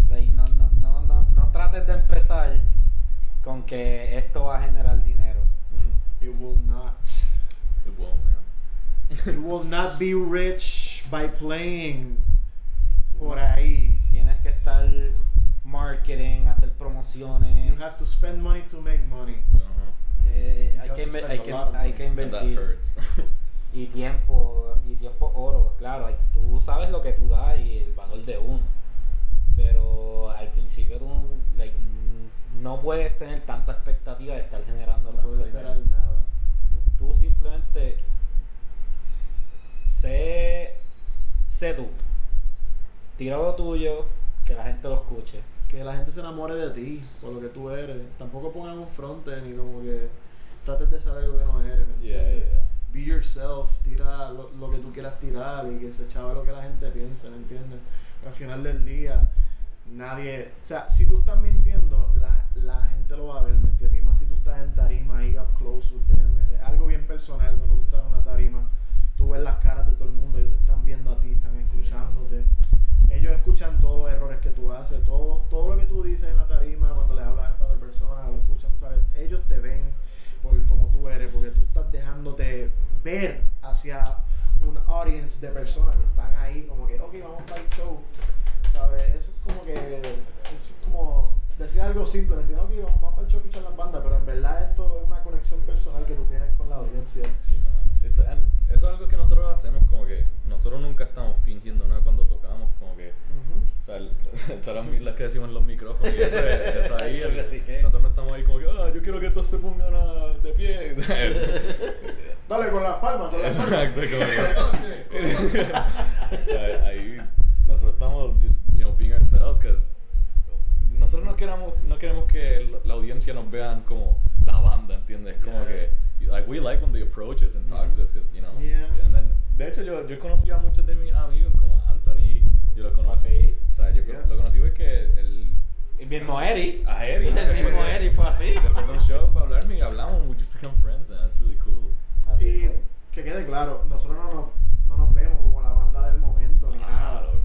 C: Like, no, no, no, no, no trates de empezar con que esto va a generar dinero.
B: It will not.
A: It won't, man.
B: You will not be rich by playing por ahí.
C: Tienes que estar marketing, hacer promociones.
B: You have to spend money to make money.
A: Uh-huh.
C: Eh, hay,
B: You have to
C: que, inve-
B: spend
C: hay
B: a
C: que-
B: lot of
C: hay
B: money.
C: que
A: And that
C: invertir.
A: hurts.
C: Y tiempo, y tiempo oro, claro. y Tú sabes lo que tú das y el valor de uno. Pero al principio tú like, no puedes tener tanta expectativa de estar generando
B: No puedo
C: tanto
B: esperar
C: dinero.
B: nada.
C: tú simplemente sé, sé tú. Tira lo tuyo, que la gente lo escuche.
B: que la gente se enamore de ti, por lo que tú eres. Tampoco pongas un fronte ni como que trates de ser algo que no eres, ¿me
A: Yeah,
B: entiendes?
A: yeah.
B: Be yourself, tira lo, lo que tú quieras tirar y que se chava lo que la gente piensa, ¿me entiendes? Al final del día, nadie. O sea, si tú estás mintiendo, la, la gente lo va a ver, ¿me entiendes? Y más si tú estás en tarima ahí up close with them. Es algo bien personal cuando tú estás en una tarima. Tú ves las caras de todo el mundo, ellos te están viendo a ti, están escuchándote ellos escuchan todos los errores que tú haces, todo, todo lo que tú dices en la tarima, cuando les hablas a esta otra persona, lo escuchan, ¿sabes? Ellos te ven por como tú eres, porque tú estás dejándote ver hacia un audience de personas que están ahí como que, ok, vamos para el show, ¿sabes? Eso es como que, eso es como decir algo simple, ¿me entiendes? Ok, vamos, vamos para el show a escuchar las bandas, pero en verdad esto es una conexión personal que tú tienes con la audiencia.
A: Sí, mano. It's- and eso es algo que nosotros hacemos como que nosotros nunca estamos fingiendo nada cucuando tocamos como que
B: Ujú.
A: o sea, el- todas las mierdas que decimos en los micrófonos y eso es, es ahí.
E: Eso que sí, ¿eh?
A: Nosotros no estamos ahí como que, ah, yo quiero que todos se pongan a- de pie.
B: Dale con las palmas, con las palmas.
A: Exacto, como que- O sea, ahí nosotros estamos just, you know, being ourselves, 'cause nosotros no queremos, no queremos que la- la audiencia nos vean como la banda, ¿entiendes? Como
E: Yeah.
A: que, like, we like when they approach us and talk to us, 'cause, you know,
B: Yeah.
A: and then, de hecho, yo, yo conocí a muchos de mis amigos, como Anthony, yo lo conocí,
C: sí?
A: o sea, yo
B: Yeah.
A: lo conocí porque el...
C: El mismo Eri.
A: A Eric.
C: El mismo Eri fue así.
A: Después de un show fue a hablarme y hablamos, we just become friends now, it's really cool.
C: Así
B: Y
C: fue.
B: que quede claro, nosotros no nos, no nos vemos como la banda del momento ni
A: Ah,
B: nada.
A: loco.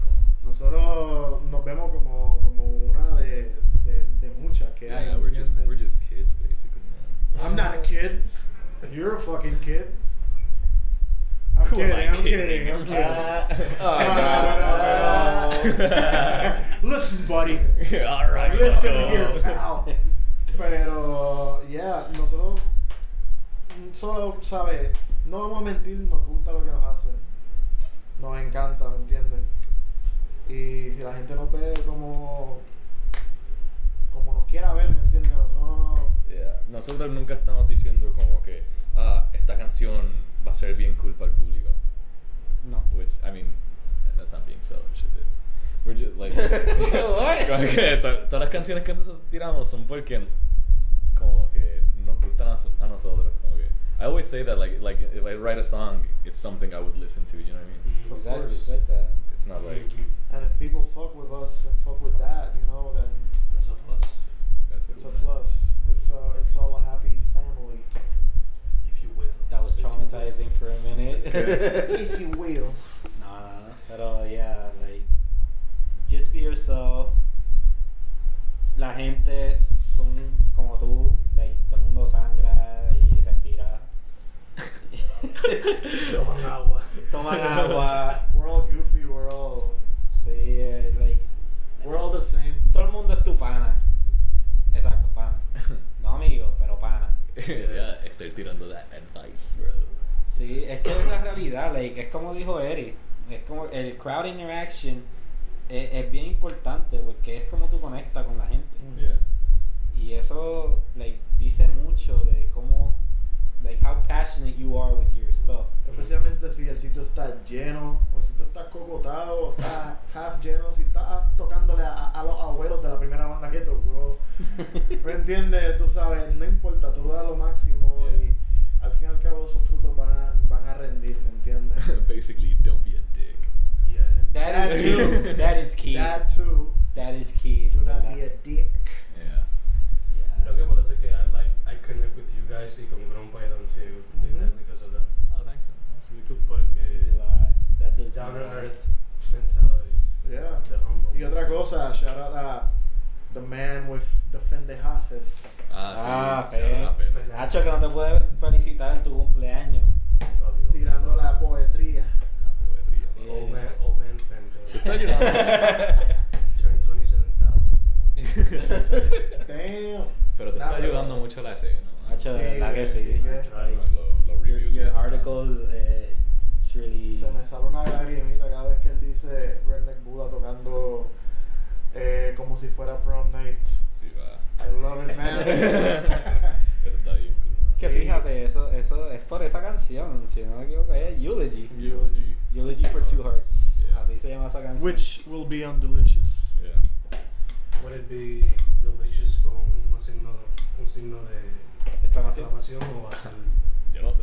B: Nosotros nos vemos como, como una de, de, de muchas que hay.
A: Yeah, we're just
B: ¿entiendes?
A: we're just kids basically, man.
B: I'm not a kid. You're a fucking kid. I'm
A: Who am
B: kidding,
A: I
B: I'm
A: kidding?
B: kidding, I'm kidding.
A: Ah.
B: No, no, no, no,
A: Ah.
B: no. Listen, buddy.
A: All right.
B: Listen
A: Paco.
B: here, pal. Pero, yeah, nosotros mm, solo, ¿sabes? No vamos a mentir, nos gusta lo que nos hace. Nos encanta, ¿me entiendes? Y si la gente nos ve como, como nos quiera ver, ¿me entiendes? Nosotros no, no-
A: Yeah. Nosotros nunca estamos diciendo como que ah esta canción va a ser bien cool para el público,
C: No. Pues,
A: which I mean that's not being selfish, is it? We're just like como que to- todas las canciones que nosotros tiramos son porque como que nos gustan a, a nosotros como que I always say that like like if I write a song it's something I would listen to you know what I mean
D: Mm.
C: Exactly, it's like that.
A: it's not like
B: And if people fuck with us and fuck with that, you know, then
D: That's a plus.
A: that's
B: it's a
A: cool, man.
B: plus. It's, a, it's all a happy family.
D: If you will.
C: That was
B: If you-
C: traumatizing for a minute.
B: If you will.
C: No, no, no. But uh, yeah, like, just be yourself. La gente es- son como tú, like, todo el mundo sangra y respira.
D: Toman agua.
C: Toman agua.
B: We're all goofy, we're all,
C: Sí, eh, like,
B: we're all the same.
C: todo el mundo es tu pana. Exacto, pana. No amigo, pero pana.
A: yeah, estoy tirando that advice, bro.
C: Sí, es que es la realidad, like, es como dijo Eric, es como el crowd interaction es, es bien importante porque es como tú conectas con la gente.
A: Yeah.
C: Y eso like, dice mucho de cómo, like, how passionate you are with your stuff.
B: Especialmente si el sitio está lleno, o el sitio está cocotado, o está half lleno, si está tocándole a, a los abuelos de la primera banda que tocó. ¿Me entiendes? Tú sabes, no importa, tú das lo máximo y al fin y al cabo esos frutos van a, van a rendir, ¿me entiendes?
A: Basically, don't be a dick.
D: Yeah.
C: That is
A: That
C: key.
A: too.
C: That is key.
B: That too.
C: that is key.
B: Do not be a dick.
A: Yeah.
C: Yeah.
D: Creo que por eso es que I like I connect with you guys y con Grompa y Danceo.
B: Mhm.
D: Exactly because of that.
A: Oh, thanks, man. That's really cool.
C: That means a
D: Porque
C: lot. That does
D: down
C: mean a
D: to
C: lot.
D: earth mentality.
B: Yeah.
D: The humble.
B: Y otra cosa, shout out a the man with the fendejaces.
A: Ah,
C: Ah,
A: sí. shout out,
C: fe.
A: Fede.
C: Nacho, que no te puede felicitar en tu cumpleaños.
D: Probably not.
B: Tirando la poetría.
A: La poetría, bro.
D: Old man, old man fan.
A: Está ayudando.
D: Turn 27,000.
B: Damn.
A: Pero te
B: Nah,
A: está
B: pero-
A: ayudando mucho la escena, ¿no?
C: Nacho, de
B: Sí,
C: verdad que sí.
B: sí, yeah.
A: Like,
C: Like,
A: los- los
C: Ah, your,
A: reviews y
C: your
A: eso.
C: articles, eh, it's really.
B: Se me sale una lagrimita cada vez que él dice Redneck Buda tocando eh, como si fuera prom night.
A: Sí, va.
B: I love it, man.
A: Eso está bien cool, man.
C: Que fíjate, eso, eso es por esa canción, si no me equivoco, es Eulogy.
A: Eulogy.
C: Eulogy for Two Hearts.
A: Yeah.
C: Así se llama esa canción.
B: Which will be on Delicious.
A: Yeah.
D: Would it be delicious con un signo, un signo de
C: Exclamación.
D: exclamación o va a ser
A: Yo no sé.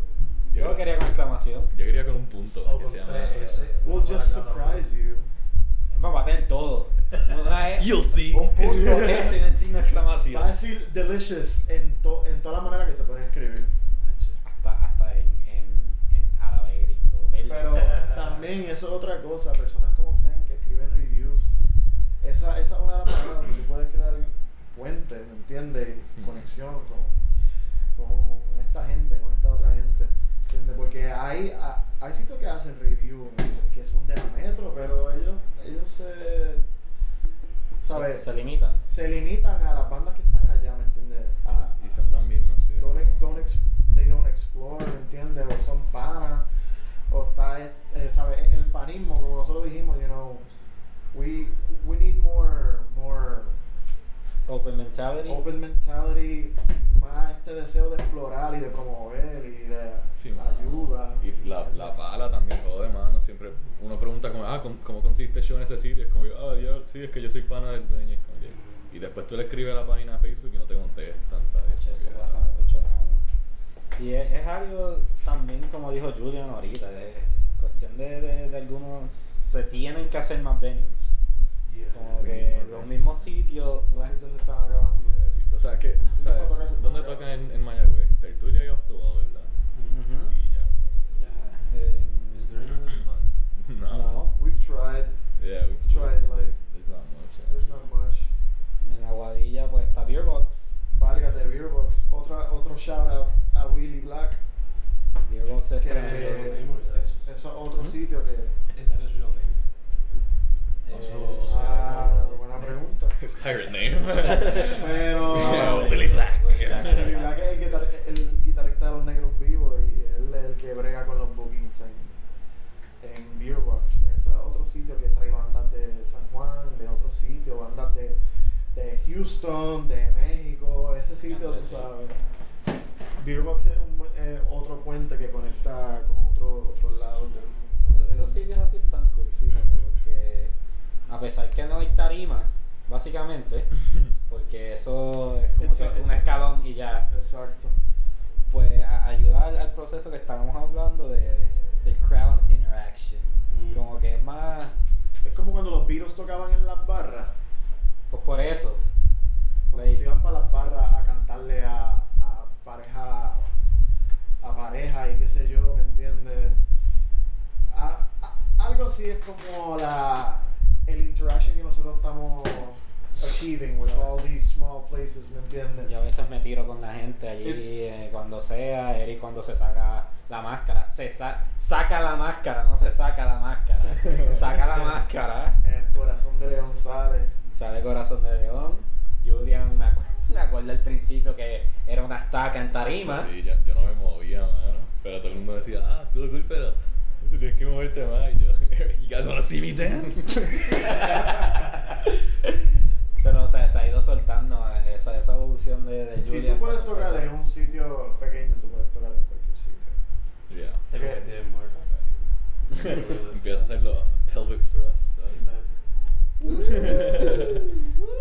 C: Yo lo quería con exclamación.
A: Yo quería con un punto
D: o
A: que
D: con
A: se llama.
D: tres S?
B: We'll just surprise you.
C: Vamos a tener todo. Una es-
A: You'll see.
C: Un punto S y un signo de exclamación.
B: Va a decir delicious en, to- en toda la manera que se puede escribir.
C: Hasta, hasta en, en, en árabe, gringo, belga.
B: Pero también eso es otra cosa, personas como Fen que escriben reviews, esa, esa es una de las maneras donde tú puedes crear puente, ¿me entiendes?
A: Mm.
B: Conexión con, con esta gente, con esta otra gente, ¿entiendes? Porque hay, a- hay sitios que hacen reviews que son de la metro, pero ellos, ellos se...
C: se,
B: ¿Sabes?
C: se limitan.
B: Se limitan a las bandas que están allá, ¿me entiendes? A-
A: Y son las mismas. sí.
B: don't, ex- don't ex- they don't explore, ¿me entiendes? O son panas, o está, eh, ¿sabes? El panismo, como nosotros dijimos, you know, we, we need more, more
C: Open mentality.
B: open mentality, más este deseo de explorar y de promover y de
A: Sí, mano.
B: ayuda.
A: Y la, la pala también jode, mano. Siempre uno pregunta como, ah, ¿cómo, cómo consiste el show en ese sitio? Es como, que, ah, diablo, sí, es que yo soy pana del dueño. Es como que- y después tú le escribes a la página de Facebook y no te contestan, ¿sabes?
C: Ocho, eso
A: Como que,
C: pasa
A: ah,
C: mucho, ajá. Y es, es algo también, como dijo Julian ahorita, es cuestión de, de- de algunos. Se tienen que hacer más venues.
D: Yeah.
C: Como que los mismos sitios.
B: Los
C: la-
B: sitios se están acabando.
A: O sea, que,
B: Sí,
A: ¿sabes?
B: para tocar-
A: ¿Dónde tocan en, en Mayagüez? Tertulia y Off the Wall, ¿verdad?
B: ¿Ah?
C: Ujú.
A: Y ya.
C: Ya, eh,
D: Is there any other spot?
A: No.
C: No.
B: We've tried,
A: Yeah, we've
B: Tried, like-
A: There's, there's not much. yeah.
B: there's not much.
C: En Aguadilla, pues está Beer Box.
B: Valga de Beerbox, otra, otro shout out a Willy Black,
C: Beer Box es
B: que
C: tremendo.
D: name or is that-
B: es, es otro
C: Hmm?
B: sitio que
D: Is that his real name?
C: eh,
D: Also- also-
B: Ah, buena pregunta.
A: His pirate name.
B: Pero-
A: Yeah, Willy Black.
C: Willy
A: yeah.
C: Black.
B: Willy Black es el, guitar- el guitarrista de los negros vivos y él es el que brega con los bookings en, en Beerbox. Ese es otro sitio que trae bandas de San Juan, de otro sitio, bandas de, de Houston, de México. Ese sitio, tú
C: Andrés, sí.
B: sabes. Beerbox es un, bu- eh, otro puente que conecta con otro, otro lado del mundo.
C: Esos sitios así están cool, fíjate, porque a pesar que no hay tarima, básicamente, porque eso es como
B: It's
C: que
B: a- it's
C: un
B: a-
C: escalón y ya,
B: Exacto.
C: pues a- ayuda al, al proceso que estábamos hablando de, de crowd interaction,
D: Mm.
C: como que es más,
B: Es como cuando los Beatles tocaban en las barras.
C: pues por eso,
B: Cuando
C: Like-
B: se iban para las barras a cantarle a, a pareja a pareja y qué sé yo, ¿me entiendes? A- a- algo así es como la el interaction que nosotros estamos achieving with all these small places, ¿me entiendes?
C: yo a veces me tiro con la gente allí
B: It-
C: eh, cuando sea, Eric cuando se saca la máscara, se sa- saca la máscara, no se saca la máscara, saca la máscara.
B: El corazón de León sale.
C: Sale Corazón de León. Julian, me, acu- me acuerdo al principio que era una estaca en tarima.
A: Sí, ya- yo no me movía, mano. Pero todo el mundo decía, ah, tú cool, pero tú tienes que moverte más. Y yo, you guys wanna see me dance?
C: Pero o sea, se ha ido soltando eh, esa, esa evolución de, de
B: Si
C: Julian
B: tú puedes
C: cuando
B: tocar en
C: empezó.
B: un sitio pequeño, tú puedes tocar en cualquier sitio.
A: yeah.
D: Te convertí en muerto, guy.
A: Empieza a hacer los pelvic thrusts,
D: Is
A: ¿sabes?
D: that-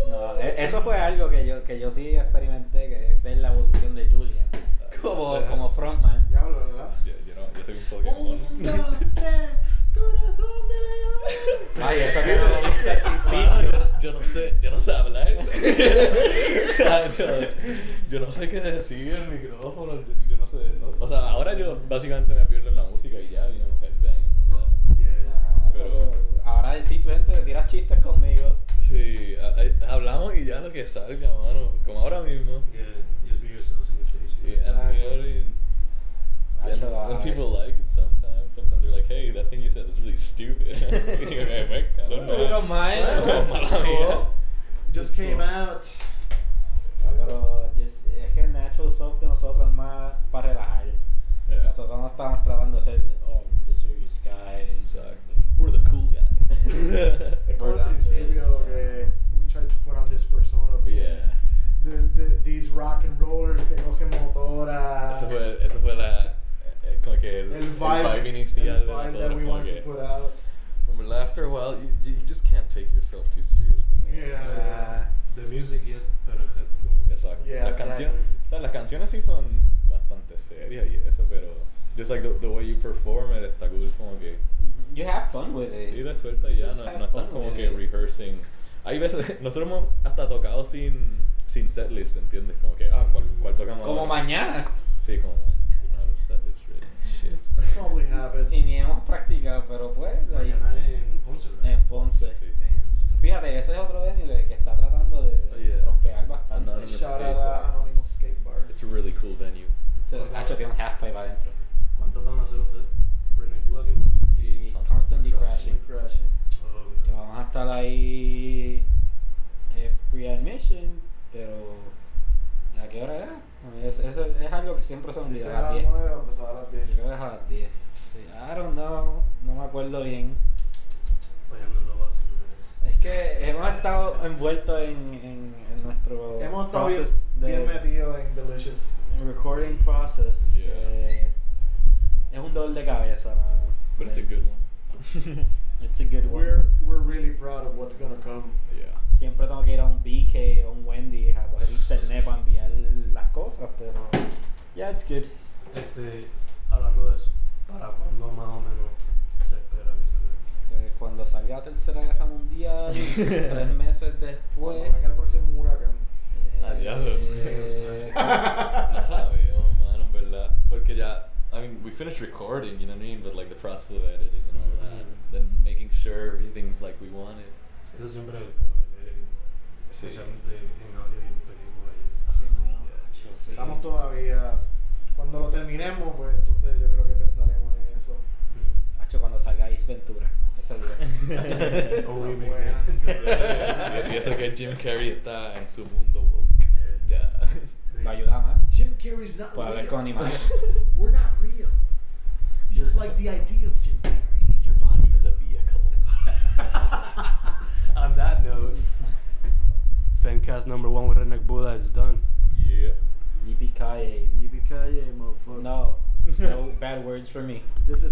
C: No, e- eso fue algo que yo, que yo sí experimenté, que es ver la evolución de Julian como, como frontman.
B: Diablo, ¿verdad?
A: yo, yo, no, yo soy un Pokémon.
B: Un, dos, tres, corazón de León.
C: Ay, eso que no lo viste al
A: Mano,
C: principio.
A: yo, yo no sé, yo no sé hablar. o sea, yo, yo no sé qué decir en el micrófono, yo, yo no sé. no- o sea, ahora yo básicamente me pierdo en la música y ya, y no headbang, o sea.
D: Yeah.
C: Ajá,
A: Pero-
C: pero ahora simplemente te tiras chistes conmigo.
A: Sí, a- a- hablamos y ya lo que salga, mano, como ahora mismo.
D: Yeah, just be yourselves in the stage.
A: Y- and we are in-
C: Hacho,
A: and, and
C: ah,
A: people like it sometimes. Sometimes they're like, "Hey, that thing you said was really stupid." okay, Mike, I don't know.
C: We don't mind.
A: Mala mía.
B: Just came out.
C: ah, Pero just- es que el natural self de nosotros es más para relajar.
A: Yeah.
C: Nosotros no estamos tratando de ser, oh, we're the serious guys.
A: Exactly. We're the cool guys.
B: Es como
C: Verdad,
B: al principio
C: yes.
B: que we tried to put on this persona of being
A: yeah.
B: the, the, these rock and rollers que cogen motora.
A: Eso fue, eso fue la, eh, como que el,
B: El vibe,
A: vibe inicial
B: el
A: de las
B: vibe that
A: otras,
B: we
A: como
B: want to
A: que
B: put out.
A: Como after a while, you, you just can't take yourself too seriously.
B: Yeah.
D: The music y es perfecto.
A: Exacto.
B: Yeah,
A: la canción,
B: exactly.
A: o sea, las canciones sí son bastante serias y eso, pero just like the, the way you perform it está cool como que
C: You have fun with it.
A: sí de suelta y ya,
C: Just
A: no,
C: have
A: no estás
C: fun
A: como
C: with
A: que
C: it.
A: rehearsing. Hay veces, nosotros hemos hasta tocado sin, sin setlist, ¿entiendes? Como que, ah, ¿cuál, cuál tocamos?
C: Como
A: ahora?
C: mañana.
A: Sí, como man, we don't have a setlist really. Shit.
B: Probably Oh, have it.
C: Y ni hemos practicado, pero pues. like,
D: Mañana en Ponce, ¿verdad?
C: en Ponce.
A: Sí.
D: Damn.
C: Fíjate, ese es otro venue de- que está tratando de
A: Oh, yeah.
C: prosperar bastante.
A: Anonymous.
B: Shout
A: skate
B: out a
A: bar.
B: Anonymous Skate Bar.
A: It's a really cool venue.
C: So, Nacho tiene un half pipe adentro.
D: ¿Cuántos van a hacer ustedes? Renee Plugin.
C: Y constantly crashing.
B: Constantly crashing.
D: Oh,
C: Que vamos a estar ahí. eh, free admission, pero. ¿A qué hora era? No, Es, es, es algo que siempre se me
B: Dice
C: olvida.
B: a
C: A las
B: las
C: 10.
B: 9 o empezaba a las
C: Yo
B: 10.
C: creo que es a las 10. Sí, I don't know. No me acuerdo bien.
D: fallando en lo básico. ¿verdad?
C: Es que hemos estado envueltos en, en, en nuestro
B: Hemos estado bien,
C: process
B: bien
C: de-
B: metidos en Delicious.
C: recording process
A: Yeah.
C: que es un dolor de cabeza, mano. Eh,
A: But it's a good one.
C: It's a good one.
B: We're, we're really proud of what's gonna come.
A: yeah.
C: Siempre tengo que ir a un BK o un Wendy a coger internet para enviar las cosas, pero yeah, it's good.
D: Este, hablando de eso, ¿para cuándo más o menos se espera que salga?
C: Eh, Cuando salga la tercera guerra mundial, tres meses después.
B: Cuando venga el próximo huracán.
C: eh,
A: Ah, diablo.
C: eh,
A: I sabe, oh man, en verdad. Porque ya, I mean, we finished recording, you know what I mean? But like the process of editing and all that.
D: Mhm.
A: Then making sure everything's like we want it.
D: Eso
A: Sí.
D: siempre es el peor, el editing. Especialmente en audio y en película. y-
B: Sí, mano.
A: Yeah.
B: Estamos todavía. Cuando lo terminemos, pues entonces yo creo que pensaremos en eso.
D: Mm.
C: Hacho, cuando salga Ace Ventura, ese día.
D: O
B: Esa
D: remake.
B: buena.
A: Y eso que Jim Carrey está en su mundo woke.
D: Yeah.
A: Ya.
D: Sí.
C: Lo Eh, ayuda más.
B: Jim Carrey's not
C: Puede haber con animales.
B: We're not real.
A: Just
B: like the idea of Jim Carrey.
A: Your body is a vehicle.
D: On that note, Fancast number one with Redneck Buddha is done.
A: Yeah.
C: Yippee
B: Yippee eh, motherfucker.
C: No, no bad words for me.
B: This is